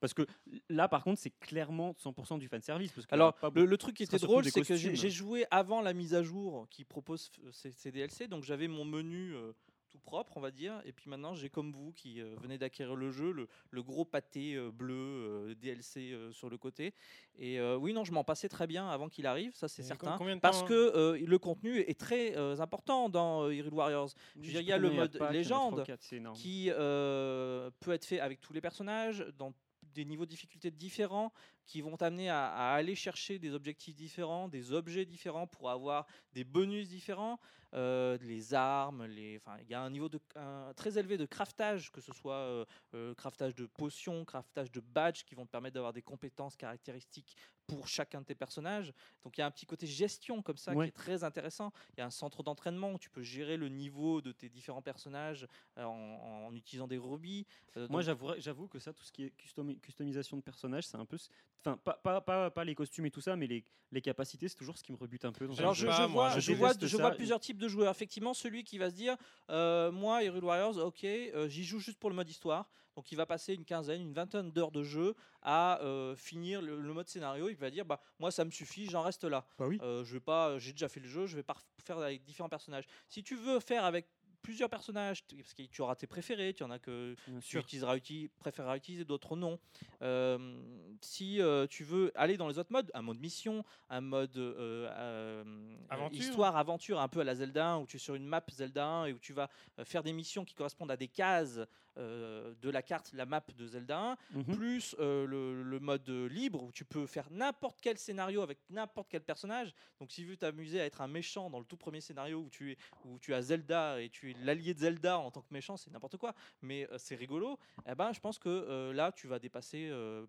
D: parce que là, par contre, c'est clairement 100% du fanservice. Parce que
A: Alors,
D: pas
A: le, le truc qui
D: ce sera
A: était
D: surtout
A: drôle,
D: des
A: c'est que j'ai
D: costumes.
A: j'ai joué avant la mise à jour qui propose f- ces, ces DLC, donc j'avais mon menu euh, tout propre, on va dire, et puis maintenant j'ai comme vous qui euh, venez d'acquérir le jeu, le, le gros pâté euh, bleu euh, DLC euh, sur le côté. Et euh, oui, non, je m'en passais très bien avant qu'il arrive, ça c'est
B: Et
A: certain.
B: com- combien de
A: Parce
B: temps,
A: que euh, le contenu est très euh, important dans euh, Hyrule Warriors.
D: beaucoup-
A: je veux dire,
D: sais
A: il y a
D: pas
A: le
D: combien
A: mode
D: de packs, il y en a
A: légende
D: trois ou quatre, c'est énorme.
A: qui euh, peut être fait avec tous les personnages, dans des niveaux de difficulté différents, qui vont t'amener à, à aller chercher des objectifs différents, des objets différents pour avoir des bonus différents, euh, les armes, les, enfin, il y a un niveau de, un- très élevé de craftage, que ce soit euh, euh, craftage de potions, craftage de badges, qui vont te permettre d'avoir des compétences caractéristiques pour chacun de tes personnages. Donc il y a un petit côté gestion comme ça
D: Ouais.
A: qui est très intéressant. Il y a un centre d'entraînement où tu peux gérer le niveau de tes différents personnages euh, en, en utilisant des rubis. Euh,
D: Moi,
A: donc,
D: j'avoue, j'avoue que ça, tout ce qui est customi- customisation de personnages, c'est un peu. ce- Enfin, pas, pas, pas, pas les costumes et tout ça, mais les, les capacités, c'est toujours ce qui me rebute un peu. Dans un
A: alors
B: je
A: je,
B: sais
A: je
B: pas, moi,
A: vois,
B: je
A: je vois,
D: déteste
A: je vois
D: ça.
A: plusieurs types de joueurs. Effectivement, celui qui va se dire, euh, moi, Hyrule Warriors, ok, euh, j'y joue juste pour le mode histoire. Donc il va passer une quinzaine, une vingtaine d'heures de jeu à euh, finir le, le mode scénario. Il va dire, bah moi, ça me suffit, j'en reste là.
D: Bah oui.
A: Euh, je vais pas, j'ai déjà fait le jeu, je vais pas ref- faire avec différents personnages. Si tu veux faire avec plusieurs personnages, t- parce que tu auras tes préférés, tu en as que
D: Bien
A: tu
D: sûr.
A: utiliseras, uti- préféreras utiliser, d'autres non. Euh, si euh, tu veux aller dans les autres modes, un mode mission, un mode euh, euh,
B: Aventure.
A: histoire, aventure, un peu à la Zelda 1, où tu es sur une map Zelda 1 et où tu vas euh, faire des missions qui correspondent à des cases euh, de la carte, la map de Zelda 1,
D: Mhm.
A: plus euh, le, le mode euh, libre où tu peux faire n'importe quel scénario avec n'importe quel personnage. Donc si tu veux t'amuser à être un méchant dans le tout premier scénario où tu es où tu as Zelda et tu es l'allié de Zelda en tant que méchant, c'est n'importe quoi, mais euh, c'est rigolo. Eh ben, je pense que euh, là, tu vas dépasser euh,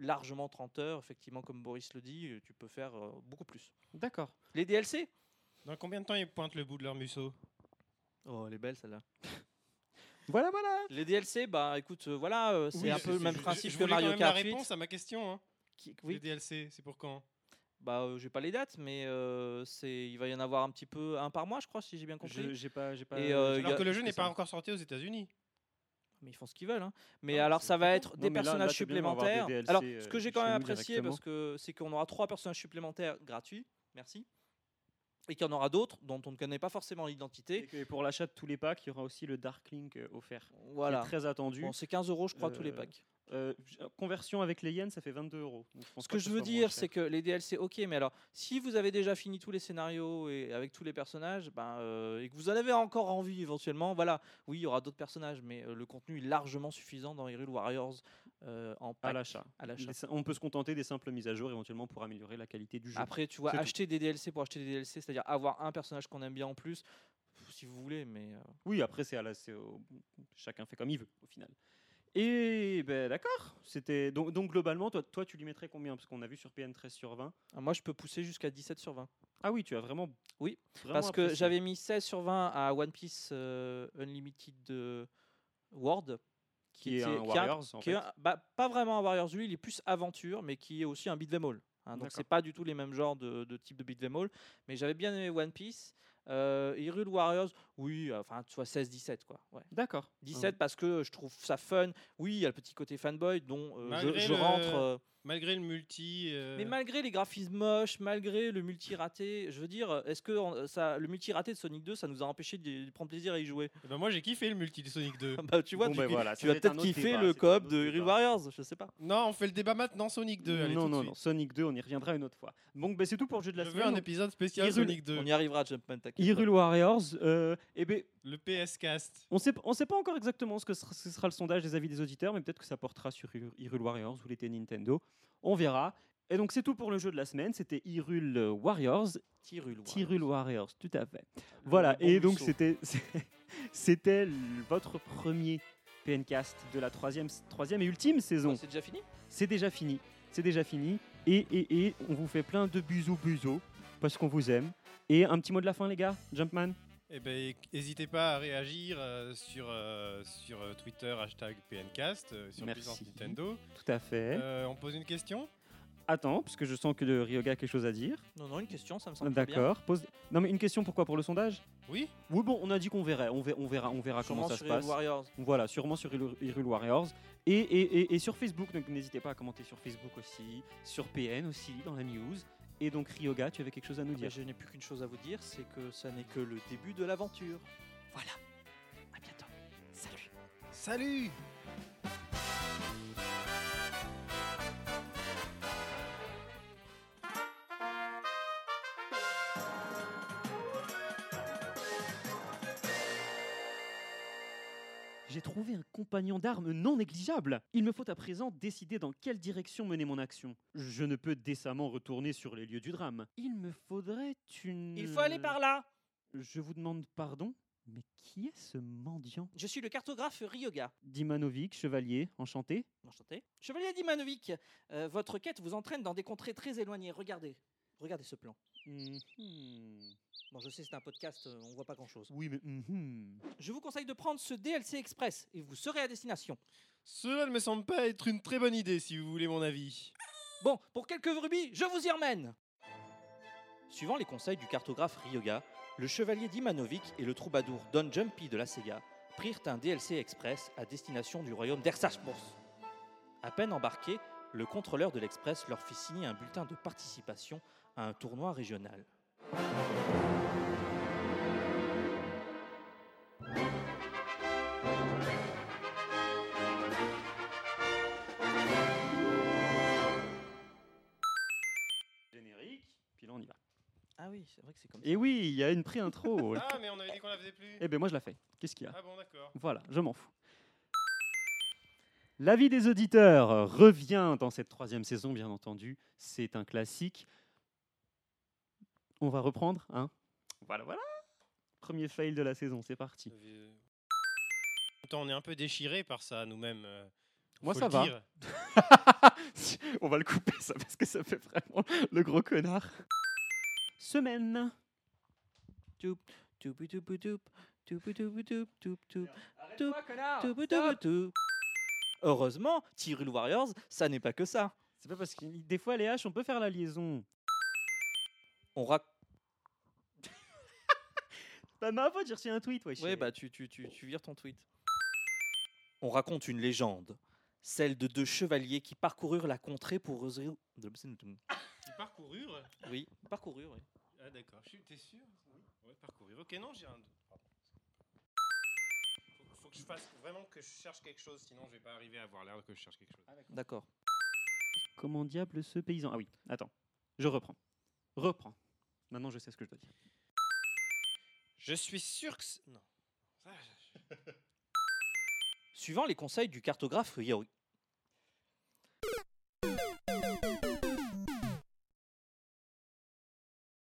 A: largement 30 heures, effectivement, comme Boris le dit, euh, tu peux faire euh, beaucoup plus.
D: D'accord.
A: Les DLC
B: Dans combien de temps ils pointent le bout de leur museau
A: Oh, elle est belle celle-là.
D: Voilà, voilà.
A: Les DLC, bah écoute, euh, voilà, euh, c'est
B: Oui,
A: un
B: je-
A: peu le
B: je-
A: même
B: je-
A: principe
B: je
A: que
B: voulais quand
A: Mario
B: même
A: Kart
B: la
A: 8.
B: réponse à ma question. hein.
A: qui-
B: Les
A: oui,
B: DLC, c'est pour quand
A: bah euh, j'ai pas les dates, mais euh, c'est, il va y en avoir un petit peu, un par mois, je crois, si j'ai bien compris.
D: Je- J'ai pas, j'ai pas.
A: Et, euh, y
B: Alors
A: a-
B: que le jeu
A: c'est
B: n'est pas
A: ça.
B: encore sorti aux États-Unis.
A: Mais ils font ce qu'ils veulent. hein. Mais
D: mais
A: alors,
D: c'est
A: ça va
D: très
A: être
D: bien.
A: des
D: Non, mais là- là,
A: personnages
D: c'est bien d'avoir des
A: supplémentaires.
D: DLC,
A: alors,
D: euh,
A: ce que j'ai
D: chez
A: quand même
D: nous
A: apprécié, parce que c'est qu'on aura trois personnages supplémentaires gratuits. Merci. Et qu'il y en aura d'autres dont on ne connaît pas forcément l'identité.
D: Et que pour l'achat de tous les packs, il y aura aussi le Dark Link euh, offert. qui est
A: Voilà.
D: Très attendu.
A: Bon, c'est 15 euros, je crois, tous les
D: Euh,
A: packs.
D: Euh, j- conversion avec les yens, ça fait 22 euros. Donc, je pense
A: Ce
D: pas
A: que je veux
D: soit moins
A: dire,
D: cher.
A: c'est que les DLC, ok, mais alors, si vous avez déjà fini tous les scénarios et avec tous les personnages, ben, euh, et que vous en avez encore envie éventuellement, voilà, oui, il y aura d'autres personnages, mais euh, le contenu est largement suffisant dans Hyrule Warriors euh, en
D: à
A: pack,
D: l'achat.
A: à l'achat.
D: Les- On peut se contenter des simples mises à jour éventuellement pour améliorer la qualité du jeu.
A: Après, tu vois,
D: C'est tout.
A: acheter des DLC pour acheter des DLC, c'est-à-dire avoir un personnage qu'on aime bien en plus, pff, si vous voulez, mais. euh,
D: Oui, après, c'est à la, c'est au- chacun fait comme il veut au final. Et ben d'accord, c'était donc, donc globalement, toi, toi tu lui mettrais combien Parce qu'on a vu sur PN 13 sur 20.
A: ah, Moi, je peux pousser jusqu'à 17 sur 20.
D: Ah oui, tu as vraiment.
A: Oui,
D: vraiment
A: Parce que
D: apprécié.
A: j'avais mis 16 sur 20 à One Piece euh, Unlimited de World,
D: qui est
A: était-
D: un
A: qui est un-
D: Warriors en
A: qui est
D: fait.
A: un- bah, pas vraiment un Warriors, lui, il est plus aventure, mais qui est aussi un beat'em all. hein, donc
D: D'accord.
A: c'est pas du tout les mêmes genres de, de type de beat'em all. Mais j'avais bien aimé One Piece. Euh, Hyrule Warriors, oui, euh, enfin, soit 16-17 quoi. Ouais.
D: D'accord.
A: 17 parce que je trouve ça fun. Oui, il y a le petit côté fanboy dont euh, je,
B: Malgré
A: je
B: le-
A: rentre. euh,
B: Malgré le multi. euh,
A: mais malgré les graphismes moches, malgré le multi-raté, je veux dire, est-ce que euh, ça, le multi-raté de Sonic 2, ça nous a empêché de, de prendre plaisir à y jouer
B: Eh ben, moi j'ai kiffé le multi de Sonic 2.
A: Bah, Tu vois,
D: Bon,
A: tu,
D: ben voilà,
A: tu
D: ça,
A: vas
D: c'est un
A: peut-être
D: autre
A: kiffer
D: débat,
A: le
D: c'est un
A: coop
D: autre
A: de
D: débat.
A: Hyrule Warriors, je sais pas.
B: non, on fait le débat maintenant Sonic 2. allez,
D: non,
B: tout de
D: non,
B: suite.
D: non, Sonic 2, on y reviendra une autre fois. Donc ben, c'est tout pour le jeu de la
B: Je veux
D: semaine.
B: un
D: Donc,
B: épisode spécial
D: Hyrule-
B: Sonic 2.
A: On y arrivera, Jumpman, t'inquiète.
D: Hyrule Warriors, euh, eh ben,
B: Le PS Cast.
D: On sait, on sait pas encore exactement ce que sera, ce sera le sondage des avis des auditeurs, mais peut-être que ça portera sur Hyru- Hyrule Warriors ou l'été Nintendo. On verra. Et donc c'est tout pour le jeu de la semaine. C'était Hyrule Warriors.
A: Hyrule Warriors.
D: Hyrule Warriors, tout à fait. Voilà.
A: bon
D: Et donc
A: Musso.
D: c'était c'était l- votre premier PNcast de la troisième troisième et ultime
A: Ah,
D: saison.
A: C'est déjà fini
D: C'est déjà fini. C'est déjà fini. Et, et, et on vous fait plein de bisous bisous parce qu'on vous aime. Et un petit mot de la fin les gars. Jumpman.
B: Eh ben, n'hésitez pas à réagir euh, sur, euh, sur euh, Twitter, hashtag PNCast, euh, sur
D: Merci. Eh
B: Puissance Nintendo.
D: Tout à fait.
B: Euh, on pose une question
D: Attends parce que je sens que le Ryoga a quelque chose à dire.
A: Non, non, une question, ça me semble bien.
D: D'accord. Pose... Non, mais une question pourquoi pour le sondage
B: Oui
D: Oui, bon, on a dit qu'on verrait. On verra, on verra, on verra
A: Sûrement
D: comment ça
A: sur
D: se
A: Hyrule
D: passe.
A: Warriors.
D: Voilà, sûrement sur Hyrule Hyrule Warriors. Et, et, et, et sur Facebook, donc n'hésitez pas à commenter sur Facebook aussi, sur PN aussi, dans la news. Et donc, Ryoga, tu avais quelque chose à nous
A: Ah bah,
D: dire
A: je n'ai plus qu'une chose à vous dire, c'est que ça n'est que le début de l'aventure. Voilà. À bientôt. Salut.
B: Salut
D: J'ai trouvé un compagnon d'armes non négligeable. Il me faut à présent décider dans quelle direction mener mon action. Je ne peux décemment retourner sur les lieux du drame. Il me faudrait une.
A: Il faut aller par là.
D: Je vous demande pardon, mais qui est ce mendiant
A: Je suis le cartographe Ryoga.
D: Dimanovic, chevalier, enchanté.
A: Enchanté. Chevalier Dimanovic, euh, votre quête vous entraîne dans des contrées très éloignées. Regardez. Regardez ce plan. Mhm. Bon, je sais, c'est un podcast, euh, on voit pas grand-chose.
D: Oui, mais. mhm.
A: Je vous conseille de prendre ce DLC Express et vous serez à destination.
B: Cela ne me semble pas être une très bonne idée, si vous voulez mon avis.
A: Bon, pour quelques rubis, je vous y emmène Suivant les conseils du cartographe Ryoga, le chevalier Dimanovic et le troubadour Don Jumpy de la Sega prirent un DLC Express à destination du royaume d'Ersasmos. À peine embarqués, le contrôleur de l'Express leur fit signer un bulletin de participation à un tournoi régional.
D: Générique, puis là on y va.
A: Ah oui, c'est vrai que c'est comme
D: Et oui, il y a une pré-intro.
B: Ah, mais on avait dit qu'on la faisait plus
D: eh ben moi je la fais. Qu'est-ce qu'il y a
B: Ah bon, d'accord.
D: Voilà, je m'en fous. L'avis des auditeurs revient dans cette troisième saison, bien entendu. C'est un classique. On va reprendre, hein Voilà, voilà. Premier fail de la saison, c'est parti.
B: Euh, On est un peu déchiré par ça nous-mêmes. euh,
D: Moi,
B: faut
D: ça
B: le
D: va.
B: dire.
D: On va le couper, ça, parce que ça fait vraiment le gros connard. Semaine.
A: Arrête-toi, Ah, Heureusement, Tyrell Warriors, ça n'est pas que ça.
D: C'est pas parce que des fois, les haches, on peut faire la liaison.
A: On rac...
D: Bah, ma faute, j'ai reçu un tweet, wesh.
A: Ouais, bah tu, tu, tu, tu vires ton tweet. On raconte une légende, celle de deux chevaliers qui parcoururent la contrée pour résoudre...
B: Ils parcoururent
A: Oui, parcoururent, oui.
B: Ah d'accord, Je suis- t'es sûr Ouais, parcourir. Ok, non, j'ai un... Pardon. Faut, faut que je fasse vraiment que je cherche quelque chose, sinon je vais pas arriver à avoir l'air que je cherche quelque chose.
A: D'accord.
D: Comment diable ce paysan Ah oui, attends. Je reprends. Reprends. Maintenant, je sais ce que je dois dire.
B: Je suis sûr que... c'est- Non. Ça, je-
A: Suivant les conseils du cartographe Yaoi.